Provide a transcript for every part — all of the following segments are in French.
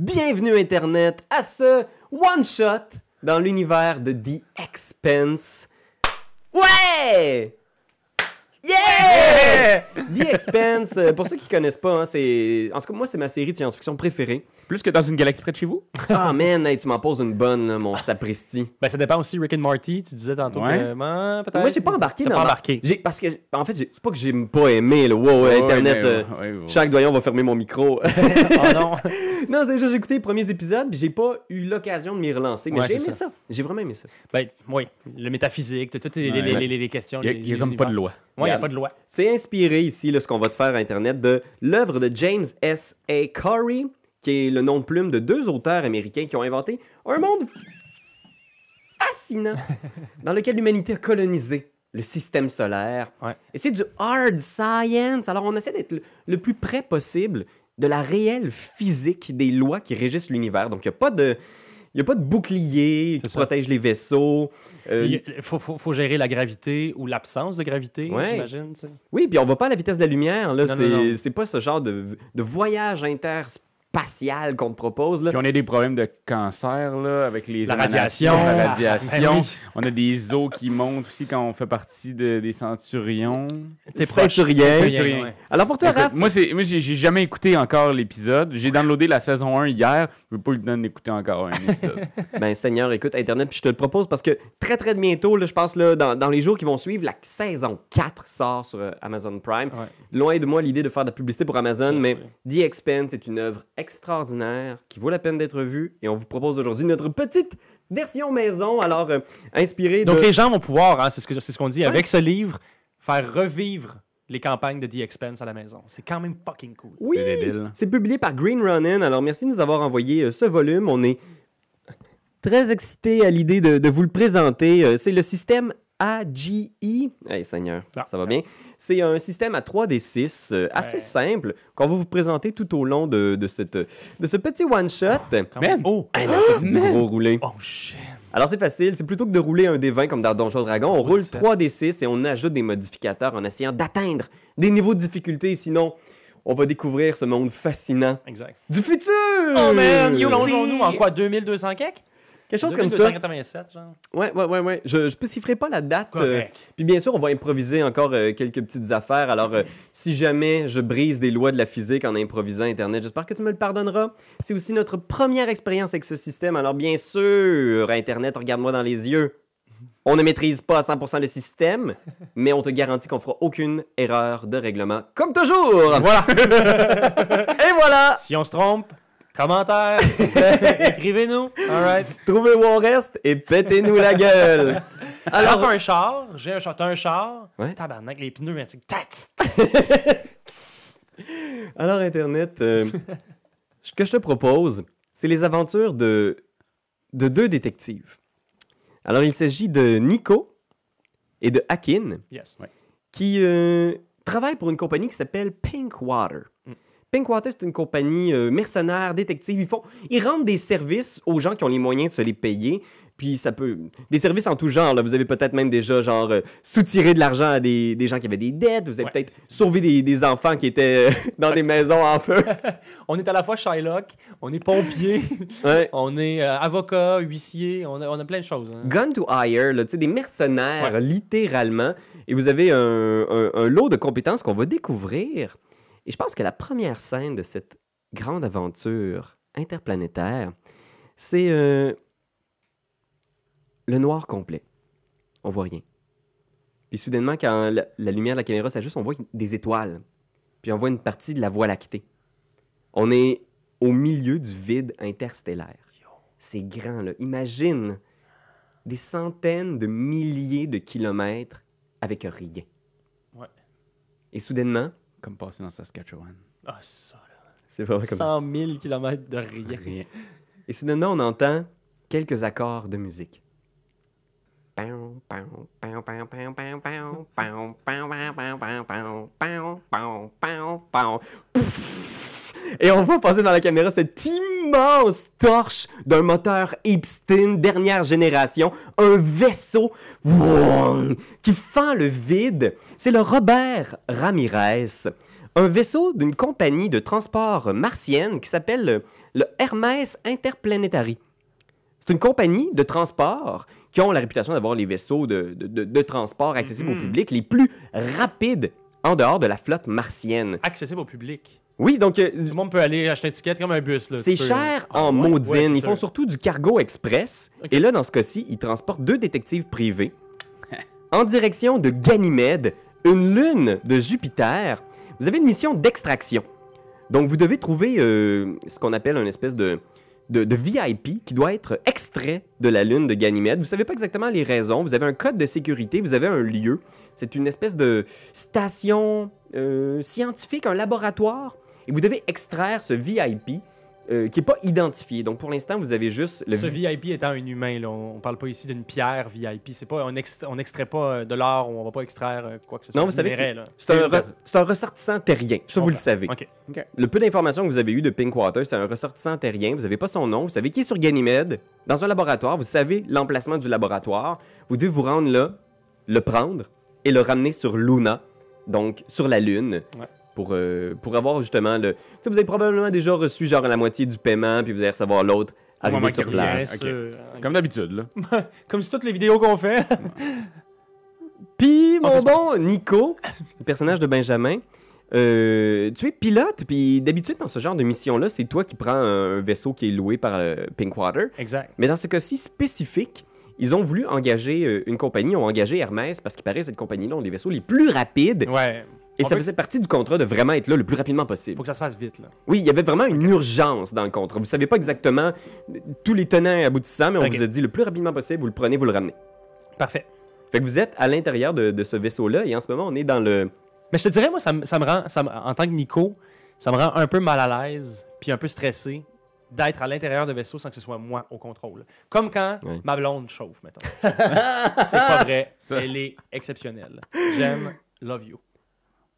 Bienvenue Internet à ce one shot dans l'univers de The Expense. Ouais! Yeah! The Expense, euh, pour ceux qui connaissent pas, hein, c'est en tout cas moi c'est ma série de science-fiction préférée. Plus que dans une galaxie près de chez vous? Ah man, hey, tu m'en poses une bonne là, mon sapristi. Ben, ça dépend aussi. Rick and Morty, tu disais tantôt Ouais. que, euh, peut-être. Moi j'ai pas embarqué T'as dans pas embarqué. J'ai parce que en fait j'ai- c'est pas que j'ai pas aimé le wow internet. euh, Chaque doyon va fermer mon micro. oh non. non, c'est juste j'ai écouté les premiers épisodes, puis j'ai pas eu l'occasion de m'y relancer, mais Ouais, j'ai c'est aimé ça. J'ai vraiment aimé ça. Ben, oui. Le métaphysique, t'as toutes les, les- Ouais. les- les- Oh, les questions. Il n'y a, comme pas de loi. Oui, il n'y a pas de loi. C'est inspiré ici, là, ce qu'on va te faire à Internet, de l'œuvre de James S. A. Corey, qui est le nom de plume de deux auteurs américains qui ont inventé un monde fascinant dans lequel l'humanité a colonisé le système solaire. Ouais. Et c'est du hard science. Alors, on essaie d'être le, le plus près possible de la réelle physique des lois qui régissent l'univers. Donc, il n'y a pas de... Il n'y a pas de bouclier qui ça. protège les vaisseaux. Euh, Il faut, faut- faut gérer la gravité ou l'absence de gravité, Ouais. j'imagine. tu sais. Oui, puis on va pas à la vitesse de la lumière. Là, Non, c'est, non, non. c'est pas ce genre de, de voyage interspatial qu'on te propose. Là. Puis on a des problèmes de cancer là, avec les La radiation. émanations, la radiation. Ben oui. On a des os qui montent aussi quand on fait partie de- des centurions. T'es proche. Ceinturier. Ceinturier. ouais. Alors pour toi, Écoute, Raph, moi, c'est, moi j'ai, j'ai jamais écouté encore l'épisode. J'ai downloadé la saison 1 hier. Je veux pas lui donner d'écouter encore un épisode. ben Seigneur, écoute Internet, puis je te le propose parce que très très bientôt, là, je pense là, dans, dans les jours qui vont suivre, la saison 4 sort sur euh, Amazon Prime. Ouais. Loin de moi l'idée de faire de la publicité pour Amazon, Ça, mais The Expense est une œuvre extraordinaire qui vaut la peine d'être vue et on vous propose aujourd'hui notre petite version maison. Alors euh, inspirée Donc, de... les gens vont pouvoir, hein, c'est ce que- c'est ce qu'on dit, Ouais. avec ce livre, faire revivre les campagnes de The Expense à la maison. C'est quand même fucking cool. Oui, C'est débile. c'est publié par Green Ronin. Alors merci de nous avoir envoyé euh, ce volume. On est très excités à l'idée de, de vous le présenter. Euh, C'est le système AGE. Hey Seigneur, Ah. ça va bien. C'est un système à 3D6 euh, assez Ouais. simple qu'on va vous présenter tout au long de, de cette, de ce petit one-shot. Quand Man. même. Oh. Hey, man, ça, c'est du Man. gros roulé. Oh, shit. Alors c'est facile, c'est plutôt que de rouler un D20 comme dans Donjon Dragon, on roule 17. 3D6 et on ajoute des modificateurs en essayant d'atteindre des niveaux de difficulté, sinon on va découvrir ce monde fascinant Exact. du futur! Oh, man. Yo, longeons-nous Oui. en quoi 2200 quelques Quelque chose comme ça. 2287, genre. Ouais, ouais, ouais, ouais. Je, je spécifierai pas la date. euh, Correct. puis bien sûr, on va improviser encore euh, quelques petites affaires. Alors, euh, si jamais je brise des lois de la physique en improvisant Internet, j'espère que tu me le pardonneras. C'est aussi notre première expérience avec ce système. Alors, bien sûr, Internet, regarde-moi dans les yeux. On ne maîtrise pas à 100% le système, mais on te garantit qu'on fera aucune erreur de règlement, comme toujours. Voilà. Et voilà. Si on se trompe, commentaire, s'il vous plaît. écrivez-nous. All right. Trouvez où on reste et pétez-nous la gueule. Alors, Alors, un char, j'ai un char, t'as un char. Ouais. Tabarnak, les pneus, hein, tu- tat, alors Internet, euh, ce que je te propose, c'est les aventures de, de deux détectives. Alors, il s'agit de Nico et de Akin, Yes. qui euh, travaillent pour une compagnie qui s'appelle Pinkwater. Mm. Pinkwater, c'est une compagnie euh, mercenaire, détective. Ils, font, ils rendent des services aux gens qui ont les moyens de se les payer. Puis ça peut. Des services en tout genre. Là. Vous avez peut-être même déjà, genre, euh, soutiré de l'argent à des, des gens qui avaient des dettes. Vous avez Ouais. peut-être sauvé des, des enfants qui étaient euh, dans des maisons en feu. On est à la fois Shylock, on est pompier, Ouais. on est euh, avocat, huissier, on a, on a plein de choses. hein. Gun to hire, là, tu sais, des mercenaires, littéralement. Et vous avez un, un- un lot de compétences qu'on va découvrir. Et je pense que la première scène de cette grande aventure interplanétaire, c'est euh, le noir complet. On voit rien. Puis soudainement, quand la, la lumière de la caméra s'ajuste, on voit des étoiles. Puis on voit une partie de la voie lactée. On est au milieu du vide interstellaire. C'est grand, là. Imagine des centaines de milliers de kilomètres avec rien. Ouais. Et soudainement, Comme passer dans Saskatchewan. Ah, ça, là. c'est vraiment comme ça. 100 000 km de rien. Rien. Et soudainement, on entend quelques accords de musique. Pow, pow, pow, pow, pow, pow, pow, pow, pow, pow, pow, pow, pow, pow, pow, pow. Pouf! Et on voit passer dans la caméra cette immense torche d'un moteur Epstein dernière génération, un vaisseau Wouang! qui fend le vide. C'est le Robert Ramirez, un vaisseau d'une compagnie de transport martienne qui s'appelle le Hermès Interplanetary. C'est une compagnie de transport qui ont la réputation d'avoir les vaisseaux de, de- de- de transport accessibles Mhm. au public les plus rapides en dehors de la flotte martienne. Accessible au public. Oui, donc euh, Tout le monde peut aller acheter une ticket comme un bus. là. c'est Tu peux- cher Ah, en ouais? maudine. Ouais, c'est ils sûr. font surtout du cargo express. Ok. Et là, dans ce cas-ci, ils transportent deux détectives privés en direction de Ganymède, une lune de Jupiter. Vous avez une mission d'extraction. Donc, vous devez trouver euh, ce qu'on appelle une espèce de, de, de VIP qui doit être extrait de la lune de Ganymède. Vous savez pas exactement les raisons. Vous avez un code de sécurité, vous avez un lieu. C'est une espèce de station euh, scientifique, un laboratoire. Et vous devez extraire ce VIP euh, qui n'est pas identifié. Donc, pour l'instant, vous avez juste le Ce VIP étant un humain, là, on on parle pas ici d'une pierre VIP. C'est pas, on, ext- on extrait pas euh, de l'or ou on va pas extraire euh, quoi que ce soit. Non, vous savez que Minerais, là. C'est un, re- c'est un ressortissant terrien, ça vous le Comprends. savez. Ok. Ok. Le peu d'informations que vous avez eues de Pinkwater, c'est un ressortissant terrien, vous n'avez pas son nom, vous savez qui est sur Ganymède, dans un laboratoire, vous savez l'emplacement du laboratoire, vous devez vous rendre là, le prendre et le ramener sur Luna, donc sur la Lune, Ouais. pour, euh, pour avoir justement le... Tu sais, vous avez probablement déjà reçu genre la moitié du paiement, puis vous allez recevoir l'autre moment arrivé sur qu'il Bien place. Ok. sûr. Comme d'habitude, là. Comme sur toutes les vidéos qu'on fait. Puis, On peut mon se- bon Nico, le personnage de Benjamin, euh, tu es pilote, puis d'habitude, dans ce genre de mission-là, c'est toi qui prends un vaisseau qui est loué par euh, Pinkwater. Exact. Mais dans ce cas-ci spécifique, ils ont voulu engager euh, une compagnie, ils ont engagé Hermès, parce qu'il paraît que cette compagnie-là ont des vaisseaux les plus rapides, Ouais. et on ça peut- faisait partie du contrat de vraiment être là le plus rapidement possible. Faut que ça se fasse vite, là. Oui, il y avait vraiment une urgence dans le contrat. Vous savez pas exactement euh, tous les tenants et aboutissants, mais on Ok. vous a dit le plus rapidement possible, vous le prenez, vous le ramenez. Parfait. Fait que vous êtes à l'intérieur de, de ce vaisseau-là, et en ce moment, on est dans le... Mais je te dirais, moi, ça, me- ça me rend, ça me- en tant que Nico, ça me rend un peu mal à l'aise, puis un peu stressé d'être à l'intérieur de vaisseau sans que ce soit moi au contrôle. Comme quand Oui. ma blonde chauffe, mettons. c'est pas vrai. Ça- Elle est exceptionnelle. J'aime, love you.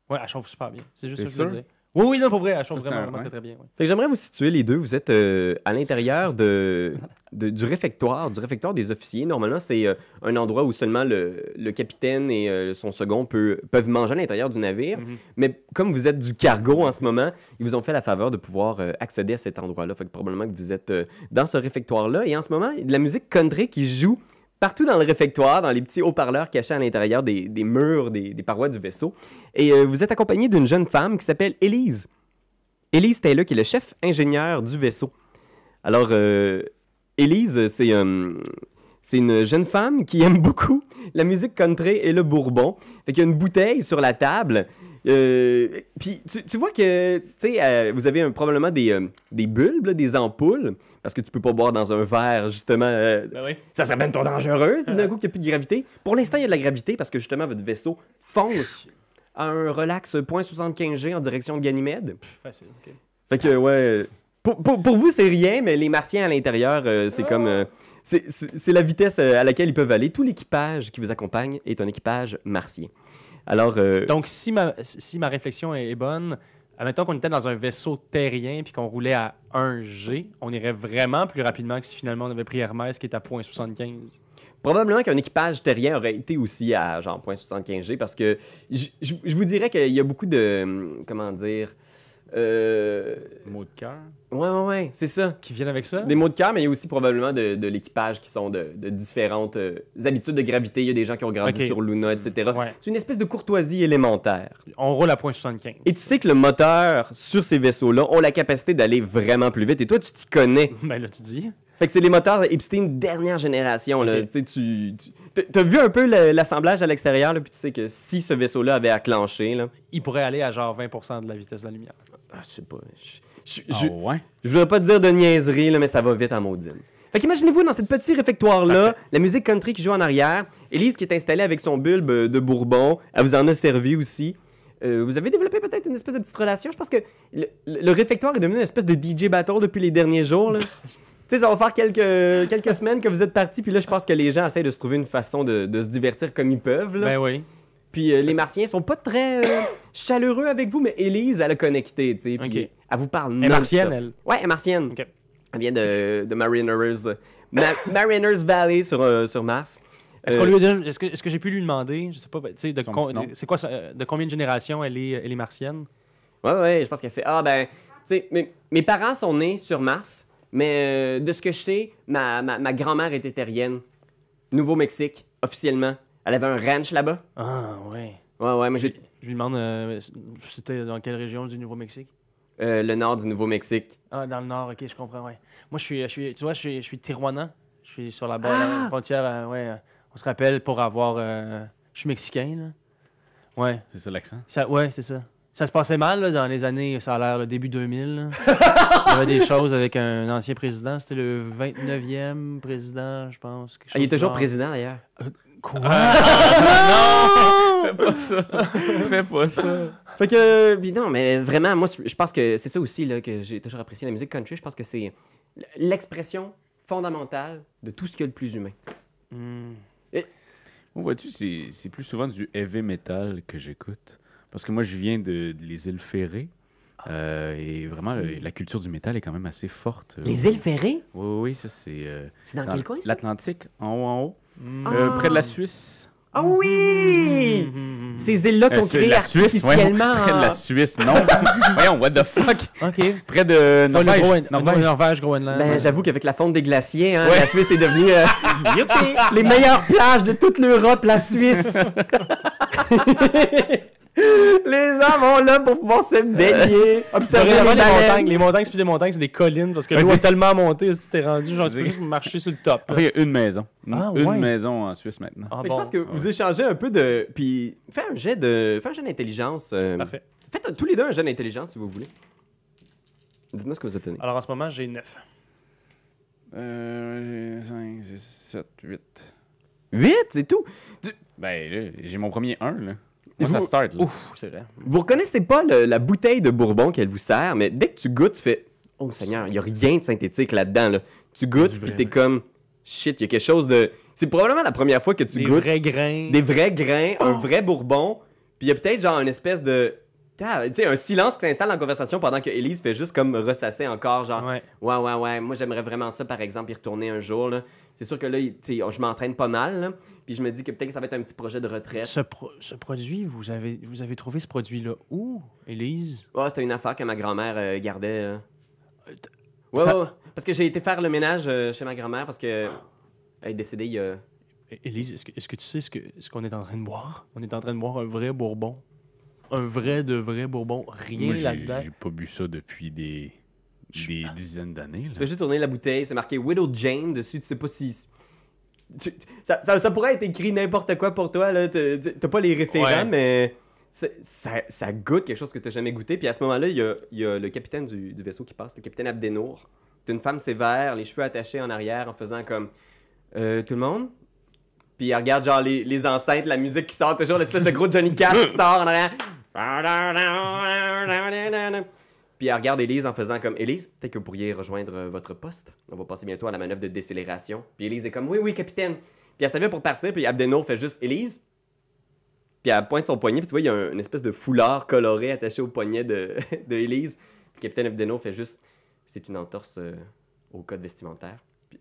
Ouais, elle chauffe super bien. C'est juste T'es ça que je veux sûr? dire. Oui, oui, non, pour vrai, elle chauffe Ça, c'est vraiment, un- vraiment ouais. très, très bien. ouais. Fait que j'aimerais vous situer les deux. Vous êtes euh, à l'intérieur de, de- du réfectoire, du réfectoire des officiers. Normalement, c'est euh, un endroit où seulement le, le capitaine et euh, son second peut- peuvent manger à l'intérieur du navire. Mhm. Mais comme vous êtes du cargo en ce moment, ils vous ont fait la faveur de pouvoir euh, accéder à cet endroit-là. Fait que probablement que vous êtes euh, dans ce réfectoire-là. Et en ce moment, il y a de la musique country qui joue partout dans le réfectoire, dans les petits haut-parleurs cachés à l'intérieur des, des murs, des, des parois du vaisseau. Et euh, vous êtes accompagné d'une jeune femme qui s'appelle Élise. Élise Taylor, qui est le chef ingénieur du vaisseau. Alors, euh, Élise, c'est euh, c'est une jeune femme qui aime beaucoup la musique country et le bourbon. Fait qu'il y a une bouteille sur la table. Euh, Puis tu, tu vois que, tu sais, euh, vous avez euh, probablement des, euh, des bulbes, là, des ampoules, parce que tu peux pas boire dans un verre, justement, euh, Ben oui. ça serait même trop dangereux si d'un coup qu'il n'y a plus de gravité. Pour l'instant, il y a de la gravité parce que justement, votre vaisseau fonce à un relax 0.75G en direction de Ganymède. Facile. ok. Fait que, ouais. Pour, pour- pour vous, c'est rien, mais les martiens à l'intérieur, euh, c'est comme. euh, c'est- c'est c'est la vitesse euh, à laquelle ils peuvent aller. Tout l'équipage qui vous accompagne est un équipage martien. Alors. euh, Donc, si ma, si ma réflexion est, est bonne, admettons qu'on était dans un vaisseau terrien puis qu'on roulait à 1G, on irait vraiment plus rapidement que si finalement on avait pris Hermès qui est à 0.75. Probablement qu'un équipage terrien aurait été aussi à genre 0.75G parce que je, je- je vous dirais qu'il y a beaucoup de. hum, Comment dire. Euh, Mot de cœur. Ouais, ouais, ouais, c'est ça. Qui viennent avec ça? Des mots de cœur, mais il y a aussi probablement de, de l'équipage qui sont de, de différentes euh, habitudes de gravité. Il y a des gens qui ont grandi Ok. sur Luna, etc. Ouais. C'est une espèce de courtoisie élémentaire. On roule à 0.75. Et tu sais que le moteur sur ces vaisseaux-là ont la capacité d'aller vraiment plus vite. Et toi, tu t'y connais. Ben là, tu dis. Fait que c'est les moteurs Epstein dernière génération. Là. Ok. Tu sais, Tu tu- t'as vu un peu le- l'assemblage à l'extérieur, là, puis tu sais que si ce vaisseau-là avait acclenché, là, Il pourrait aller à genre 20 de la vitesse de la lumière. ah, je sais pas. je- Je, Ah je, ouais. Je voudrais pas te dire de niaiserie, là, mais ça va vite en maudine. Fait qu'imaginez-vous dans cette petit réfectoire-là, la musique country qui joue en arrière, Elise qui est installée avec son bulbe euh, de Bourbon, elle vous en a servi aussi. Euh, vous avez développé peut-être une espèce de petite relation. Je pense que le, le- le réfectoire est devenu une espèce de DJ battle depuis les derniers jours. là. tu sais, ça va faire quelques, quelques semaines que vous êtes partis, puis là, je pense que les gens essaient de se trouver une façon de, de se divertir comme ils peuvent. là. Ben oui. Puis euh, les martiens sont pas très euh, chaleureux avec vous, mais Elise, elle a connecté, tu sais. Puis Ok. elle vous parle Elle est non-stop. martienne, elle. Ouais, elle est martienne. Ok. Elle vient de, de Mariners, euh, Ma- Mariners Valley sur, euh, sur Mars. Est-ce Euh, qu'on lui a déjà- Est-ce que, est-ce que j'ai pu lui demander, je sais pas, ben, tu sais, de Son con- petit nom. c'est quoi ça, euh, de combien de générations elle est, elle est martienne? Ouais, ouais, je pense qu'elle fait Ah, ben, Tu sais, mes, mes parents sont nés sur Mars, mais euh, de ce que je sais, ma, ma- ma grand-mère était terrienne. Nouveau-Mexique, officiellement. Elle avait un ranch là-bas. Ah, ouais. Ouais, ouais, mais j'ai- Je lui demande, euh, c'était dans quelle région du Nouveau-Mexique? euh, le nord du Nouveau-Mexique. Ah, dans le nord, ok, je comprends, ouais. Moi, je suis, je suis tu vois, je suis, je suis Tijuana. Je suis sur la, bord- la frontière, euh, ouais. euh, On se rappelle pour avoir. euh, je suis mexicain, là. Ouais, C'est ça l'accent. ça, ouais, c'est ça. Ça se passait mal, là, dans les années, ça a l'air, le début 2000. là. Il y avait des choses avec un ancien président. C'était le 29e président, je pense. quelque Ah, il chose est du toujours genre. président, d'ailleurs. Quoi? Fais pas ça. Fais pas ça. Fait euh, que, puis non, mais vraiment, moi, je pense que c'est ça aussi là, que j'ai toujours apprécié la musique country. Je pense que c'est l'expression fondamentale de tout ce qu'il y a de plus humain. Hmm. Moi, vois-tu, c'est c'est plus souvent du heavy metal que j'écoute. Parce que moi, je viens de, de les îles Ferrées. Ah. Euh, et vraiment, le- la culture du métal est quand même assez forte. Euh, Les îles Ferrées, Oui, oui, oui, ça, c'est. euh, c'est dans, dans quel coin ça? L'Atlantique, en haut, en haut. Hmm. Ah. Euh, près de la Suisse. Ah oui! Hmm. Ces îles-là Euh, qu'on c'est crée la Suisse, voyons. artificiellement. Près de la Suisse, non. voyons, what the fuck? Ok. Près de Non, le Groen- Norvège. non, Norvège. Norvège, Groenland. Ben, ouais. j'avoue qu'avec la fonte des glaciers, hein, Ouais. la Suisse est devenue euh, les meilleures plages de toute l'Europe, la Suisse. les gens vont là pour pouvoir Euh, se baigner, observer les Dorénavant, les baleines. montagnes, les montagnes, c'est plus des montagnes, c'est des collines parce que Ouais, l'eau c'est- est tellement montée, si t'es rendu, genre, tu peux C'est- juste marcher sur le top. En fait, il y a une maison. Une, Ah, une ouais. maison en Suisse maintenant. Ah, Fait que bon. je pense que vous échangez un peu de. Puis, fais un jet de. Fais un jet d'intelligence. euh, Parfait. Faites euh, tous les deux un jet d'intelligence si vous voulez. Dites-moi ce que vous obtenez. Ah. Alors en ce moment, j'ai 9. Euh, j'ai 5, 6, 7, 8. 8, c'est tout. Ben là, j'ai mon premier 1, là. Moi, ça Vous- start, là. Ouf, c'est vrai. Vous reconnaissez pas le- la bouteille de bourbon qu'elle vous sert, mais dès que tu goûtes, tu fais Oh Seigneur, il y a rien de synthétique là-dedans. Là. Tu goûtes, puis t'es comme Shit, il y a quelque chose de. C'est probablement la première fois que tu Des goûtes vrais Oh. grains. des vrais grains, un vrai bourbon, puis il y a peut-être genre une espèce de. Ah, Tu sais, un silence qui s'installe dans la conversation pendant que Elise fait juste comme ressasser encore, genre. Ouais. Ouais, ouais, ouais. Moi, j'aimerais vraiment ça, par exemple, y retourner un jour. là. C'est sûr que là, il- tu sais, je m'entraîne pas mal. là. Puis je me dis que peut-être que ça va être un petit projet de retraite. Ce, pro- ce produit, vous avez, vous avez trouvé ce produit-là où, Élise? Ouais, c'était une affaire que ma grand-mère euh, gardait. là. t- Ouais, ça- ouais, ouais. Parce que j'ai été faire le ménage euh, chez ma grand-mère parce que elle est décédée il y a. É- Élise, est-ce que, est-ce que tu sais ce, que, ce qu'on est en train de boire? On est en train de boire un vrai bourbon. Un vrai de vrai bourbon. Rien Moi, j'ai- là-dedans. j'ai pas bu ça depuis des, des dizaines d'années, Tu là. fais juste tourner la bouteille, c'est marqué Widow Jane dessus, tu sais pas si. tu- tu- Ça, ça, ça pourrait être écrit n'importe quoi pour toi, là. t'as t'as pas les référents, Ouais. mais c'est- ça, ça goûte quelque chose que t'as jamais goûté. Puis à ce moment-là, il y a, il y a le capitaine du, du vaisseau qui passe, le capitaine Abdenour. C'est une femme sévère, les cheveux attachés en arrière, en faisant comme Euh, Tout le monde Puis elle regarde genre les, les enceintes, la musique qui sort, toujours l'espèce de gros Johnny Cash qui sort en arrière. Puis elle regarde Élise en faisant comme Élise, peut-être que vous pourriez rejoindre euh, votre poste. On va passer bientôt à la manœuvre de décélération. Puis Élise est comme Oui, oui, capitaine. Puis elle s'en vient pour partir, puis Abdenour fait juste Élise. Puis elle pointe son poignet, puis tu vois, il y a un- une espèce de foulard coloré attaché au poignet de, de Élise. Puis capitaine Abdenour fait juste C'est une entorse euh, au code vestimentaire. Puis,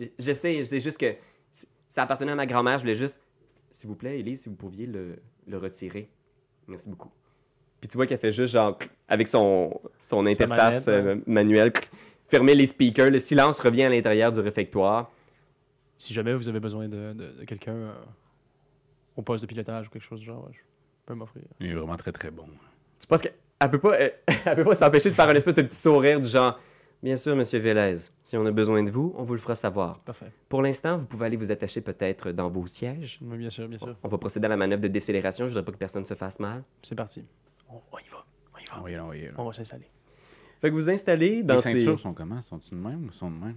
oui, je je sais, c'est juste que c'est- ça appartenait à ma grand-mère, je voulais juste S'il vous plaît, Élise, si vous pouviez le, le retirer. Merci beaucoup. Puis tu vois qu'elle fait juste genre clic, avec son, son interface manette, ouais. euh, manuelle, clic, fermer les speakers, le silence revient à l'intérieur du réfectoire. Si jamais vous avez besoin de, de- de quelqu'un euh, au poste de pilotage ou quelque chose du genre, ouais, je peux m'offrir. Il est vraiment très, très bon. Tu penses qu'elle peut pas, elle, elle peut pas s'empêcher de faire un espèce de petit sourire du genre Bien sûr, monsieur Vélez, si on a besoin de vous, on vous le fera savoir. Parfait. Pour l'instant, vous pouvez aller vous attacher peut-être dans vos sièges. Oui, bien sûr, bien sûr. On va procéder à la manœuvre de décélération, je voudrais pas que personne se fasse mal. C'est parti. On, on y va. On y va. Envoyez-le, envoyez-le. Ah. On va s'installer. Fait que vous installez dans Les ces. ceintures sont comment? Sont-ils de même ou sont de même?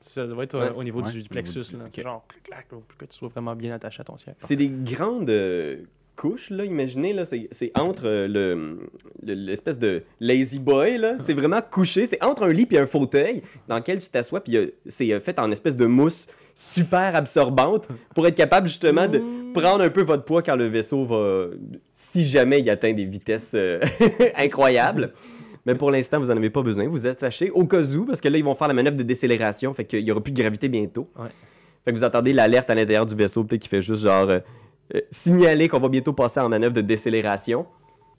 Ça doit être Ouais. euh, au niveau du, Ouais, du au niveau plexus. du- là. ok. C'est Genre, clac, clac, pour que tu sois vraiment bien attaché à ton siècle. C'est des grandes euh, couches, là, imaginez, là, c'est c'est entre euh, le le- l'espèce de lazy boy, là, c'est vraiment couché, c'est entre un lit et un fauteuil dans lequel tu t'assois, puis euh, c'est euh, fait en espèce de mousse super absorbante pour être capable justement de prendre un peu votre poids quand le vaisseau va, si jamais il atteint des vitesses euh, incroyables. Mais pour l'instant, vous n'en avez pas besoin. Vous Vous attachez au cas où, parce que là, ils vont faire la manœuvre de décélération, fait qu'il n'y aura plus de gravité bientôt. Ouais. Fait que vous entendez l'alerte à l'intérieur du vaisseau, peut-être qu'il fait juste genre euh, euh, signaler qu'on va bientôt passer en manœuvre de décélération.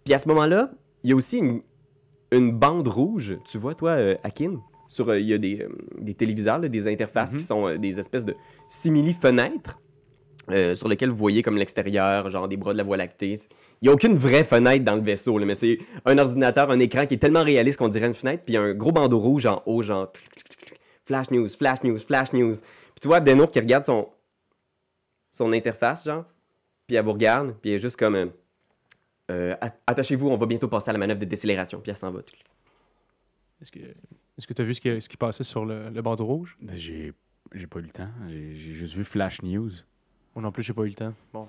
Puis à ce moment-là, il y a aussi une, une bande rouge. Tu vois, toi, euh, Akin, sur, euh, il y a des, euh, des téléviseurs, là, des interfaces Mhm. qui sont euh, des espèces de simili-fenêtres euh, sur lesquelles vous voyez comme l'extérieur, genre des bras de la Voie lactée. Il n'y a aucune vraie fenêtre dans le vaisseau, là, mais c'est un ordinateur, un écran qui est tellement réaliste qu'on dirait une fenêtre, puis il y a un gros bandeau rouge en haut, genre flash news, flash news, flash news. Puis tu vois Abdenour qui regarde son, son interface, genre, puis elle vous regarde, puis elle est juste comme euh, Euh, att- attachez-vous, on va bientôt passer à la manœuvre de décélération, puis elle s'en va. Est-ce que est-ce que tu as vu ce qui, ce qui passait sur le, le bandeau rouge? Ben, J'ai j'ai pas eu le temps. J'ai j'ai juste vu Flash News. Moi non plus, j'ai pas eu le temps. Bon.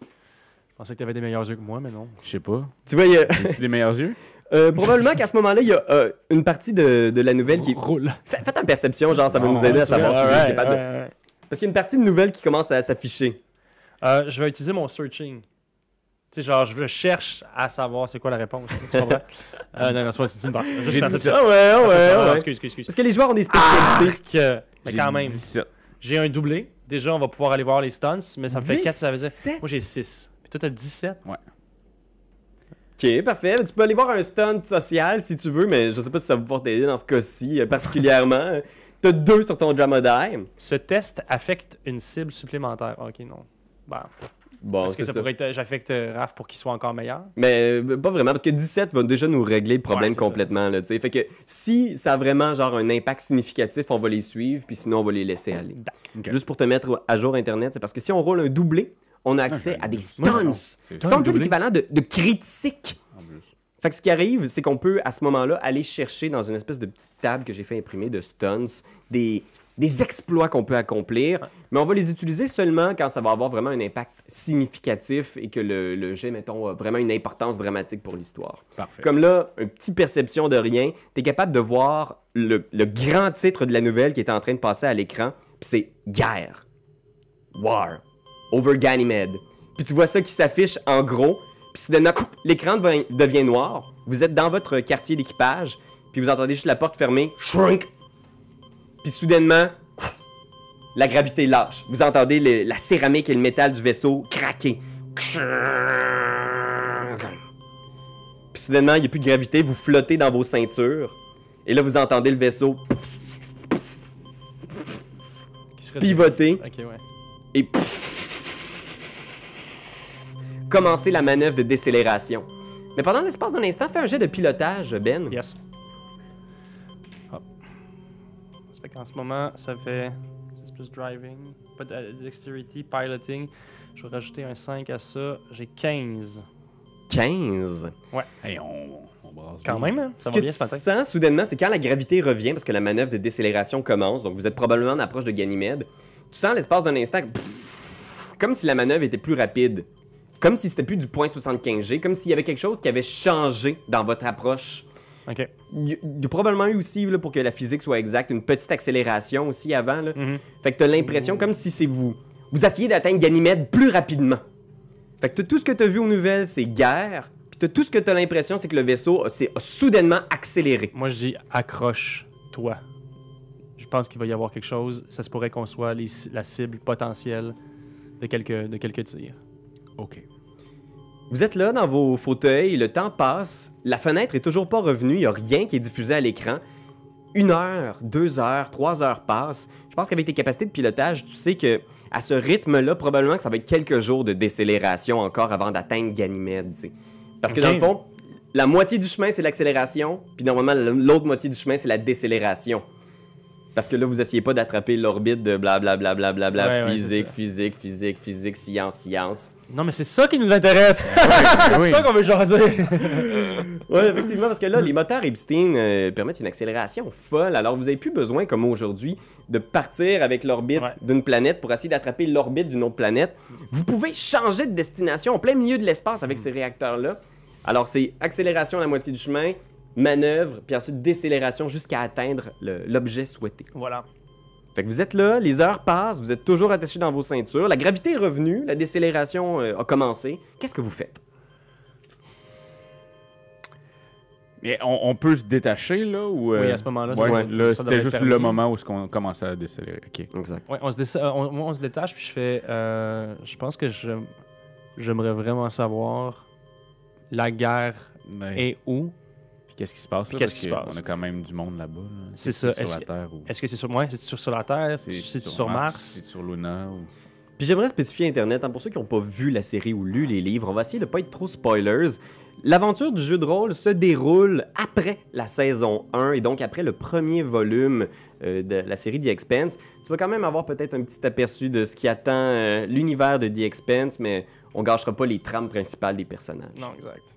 Je pensais que tu avais des meilleurs yeux que moi, mais non. Je sais pas. Tu vois, il y a- J'ai-tu les meilleurs yeux? euh, probablement qu'à ce moment-là, il y a euh, une partie de, de la nouvelle qui. roule. Ah, Fait- Faites une perception, genre, ça va Bon, nous aider à c'est savoir bon, si vous êtes alright, capable de- Parce qu'il y a une partie de nouvelle qui commence à s'afficher. Euh, je vais utiliser mon searching. Tu sais, genre, je je cherche à savoir c'est quoi la réponse. Tu sais, tu comprends? Euh, non, non, c'est pas c'est une partie. Juste J'ai parce dit que- Ah ouais, ah parce que- ouais, non, ah ouais. Excuse, excuse, excuse. Parce que les joueurs ont des spécialités. Que- mais J'ai quand même, 17. j'ai un doublé. Déjà, on va pouvoir aller voir les stunts, mais ça me fait 4, ça veut dire. 17? Moi, j'ai 6. Puis toi, t'as 17. Ok, parfait. Tu peux aller voir un stunt social si tu veux, mais je sais pas si ça va pouvoir t'aider dans ce cas-ci euh, particulièrement. T'as deux sur ton drama dime. Ce test affecte une cible supplémentaire. Ok, non. Bah, Bon, est-ce Oh, c'est que ça, ça. pourrait être. J'affecte euh, Raph pour qu'il soit encore meilleur? Mais euh, pas vraiment, parce que 17 va déjà nous régler le problème Ouais, c'est ça. complètement. Là, tu sais. fait que si ça a vraiment genre un impact significatif, on va les suivre, puis sinon on va les laisser aller. D'accord. Ok. Juste pour te mettre à jour Internet, c'est parce que si on roule un doublé, on a accès j'ai à un des doublé. Moi, non. stunts C'est- qui sont un peu doublé. l'équivalent de, de critiques. en plus. Fait que ce qui arrive, c'est qu'on peut à ce moment-là aller chercher dans une espèce de petite table que j'ai fait imprimer de stunts, des, des exploits qu'on peut accomplir, mais on va les utiliser seulement quand ça va avoir vraiment un impact significatif et que le, le jet, mettons, a vraiment une importance dramatique pour l'histoire. Parfait. Comme là, une petite perception de rien, tu es capable de voir le, le grand titre de la nouvelle qui est en train de passer à l'écran, puis c'est Guerre. War. Over Ganymede. Puis tu vois ça qui s'affiche en gros, puis soudainement, coup, l'écran devient, devient noir. Vous êtes dans votre quartier d'équipage, puis vous entendez juste la porte fermée, shrink. Puis soudainement, coup, la gravité lâche. Vous entendez le- la céramique et le métal du vaisseau craquer. Puis soudainement, il n'y a plus de gravité, vous flottez dans vos ceintures. Et là, vous entendez le vaisseau Qui serait- Pivoter. Ok, ouais. et commencer la manœuvre de décélération. Mais pendant l'espace d'un instant, fais un jet de pilotage, Ben. Yes. Hop. Ça fait qu'en ce moment, ça fait 6 plus driving, pas de- euh, dexterity, piloting. Je vais rajouter un 5 à ça. J'ai 15. 15. Hey, on, on brasse. Quand bien. même, hein? Ça ce va que bien tu ce matin. sens soudainement, c'est quand la gravité revient, parce que la manœuvre de décélération commence, donc vous êtes probablement en approche de Ganymède, tu sens l'espace d'un instant, pff, comme si la manœuvre était plus rapide, comme si c'était plus du point 75G, comme s'il y avait quelque chose qui avait changé dans votre approche. Ok. Il y a- il y a probablement eu aussi, là, pour que la physique soit exacte, une petite accélération aussi avant. Là. Mhm. Fait que t'as l'impression comme si c'est vous. Vous essayez d'atteindre Ganymède plus rapidement. Fait que t'as tout ce que t'as vu aux nouvelles, c'est guerre. Puis t'as tout ce que t'as l'impression, c'est que le vaisseau a- s'est a soudainement accéléré. Moi, je dis accroche-toi. Je pense qu'il va y avoir quelque chose. Ça se pourrait qu'on soit les ci- la cible potentielle de quelques, de quelques tirs. Ok. Vous êtes là dans vos fauteuils, le temps passe, la fenêtre est toujours pas revenue, il y a rien qui est diffusé à l'écran. Une heure, deux heures, trois heures passent. Je pense qu'avec tes capacités de pilotage, tu sais que à ce rythme-là, probablement que ça va être quelques jours de décélération encore avant d'atteindre Ganymède. tu sais. Parce que Ok. dans le fond, la moitié du chemin, c'est l'accélération, puis normalement, l- l'autre moitié du chemin, c'est la décélération. Parce que là, vous essayez pas d'attraper l'orbite de blablabla, bla bla bla, Ouais, ouais, c'est physique, ça. physique, physique, physique, science, science. Non, mais c'est ça qui nous intéresse. c'est Ah oui. ça qu'on veut jaser. Ouais, effectivement, parce que là, les moteurs Epstein euh, permettent une accélération folle. Alors, vous n'avez plus besoin, comme aujourd'hui, de partir avec l'orbite Ouais. d'une planète pour essayer d'attraper l'orbite d'une autre planète. Vous pouvez changer de destination en plein milieu de l'espace avec ces réacteurs-là. Alors, c'est accélération à la moitié du chemin, manœuvre, puis ensuite décélération jusqu'à atteindre le- l'objet souhaité. voilà. Fait que vous êtes là, les heures passent, vous êtes toujours attachés dans vos ceintures, la gravité est revenue, la décélération euh, a commencé. Qu'est-ce que vous faites? Mais on, on peut se détacher, là, ou... Oui, euh, à ce moment-là, ça Ouais, devrait- là, ça devrait c'était être juste permis. le moment où on commençait à décélérer. OK. Exact. Ouais, on se, déce- euh, on, moi, on se détache, puis je fais. euh, je pense que je- j'aimerais vraiment savoir la guerre Ouais. est où, Puis qu'est-ce qui se passe Puis là? qu'est-ce Parce qui se que passe? On a quand même du monde là-bas. là. C'est Est-ce que ça. Est-ce Sur que- la Terre ou. Est-ce que c'est sur moi? C'est-tu sur, sur la Terre? C'est-tu c'est-tu sur Mars? C'est sur Luna ou. Puis j'aimerais spécifier Internet, hein, pour ceux qui n'ont pas vu la série ou lu les livres, on va essayer de pas être trop spoilers. L'aventure du jeu de rôle se déroule après la saison 1 et donc après le premier volume euh, de la série The Expanse. Tu vas quand même avoir peut-être un petit aperçu de ce qui attend euh, l'univers de The Expanse, mais on gâchera pas les trames principales des personnages. Non, exact.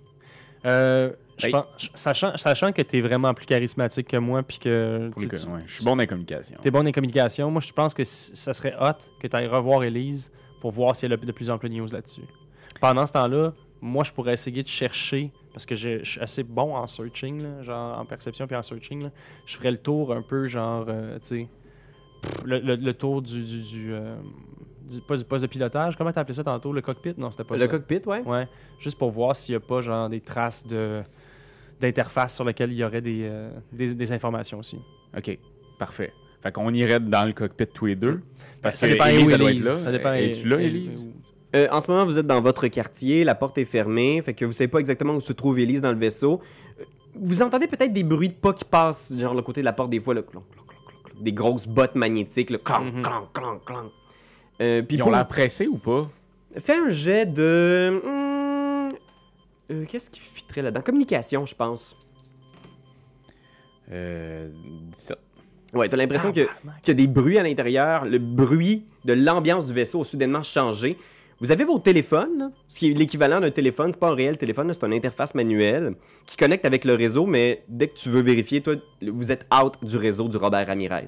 Euh, je Hey. pense- sachant, sachant que t'es vraiment plus charismatique que moi, puis que Pour tu- les co- tu- ouais, Je suis bon dans les communications. t'es bon dans les communications, moi, je pense que c- ça serait hot que t'ailles revoir Elise pour voir si elle a de plus en plus de news là-dessus. Pendant ce temps-là, moi, je pourrais essayer de chercher, parce que je je suis assez bon en searching, là, genre en perception puis en searching. là. Je ferais le tour un peu, genre, euh, tu sais, pff, le, le- le tour du. du, du, euh, du- pas du poste de pilotage, comment t'appelais ça tantôt Le cockpit Non, c'était pas Le ça. cockpit, ouais. Ouais, juste pour voir s'il n'y a pas genre des traces de d'interface sur lesquelles il y aurait des, euh, des, des informations aussi. Ok, parfait. Fait qu'on irait dans le cockpit tous les deux. Parce Ben, ça que dépend Élise, où elle doit être Élise, là. Ça dépend Es-tu là, elle- Élise? où- Euh, en ce moment, vous êtes dans votre quartier, la porte est fermée, fait que vous savez pas exactement où se trouve Elise dans le vaisseau. Euh, Vous entendez peut-être des bruits de pas qui passent, genre le côté de la porte des fois, le clonk, clonk, clonk, clonk, clonk, des grosses bottes magnétiques, le clonk, Mhm. clonk, clonk, clonk. Euh, puis Ils ont pour- l'air pressés ou pas? Fais un jet de... hmm, euh, Qu'est-ce qui fitterait là-dedans? Communication, je pense. Euh, 17. Ouais, t'as l'impression que... Tabarnak. qu'il y a des bruits à l'intérieur, le bruit de l'ambiance du vaisseau a soudainement changé. Vous avez vos téléphones, là, ce qui est l'équivalent d'un téléphone, c'est pas un réel téléphone, là, c'est une interface manuelle qui connecte avec le réseau, mais dès que tu veux vérifier, toi, vous êtes out du réseau du Robert Ramirez.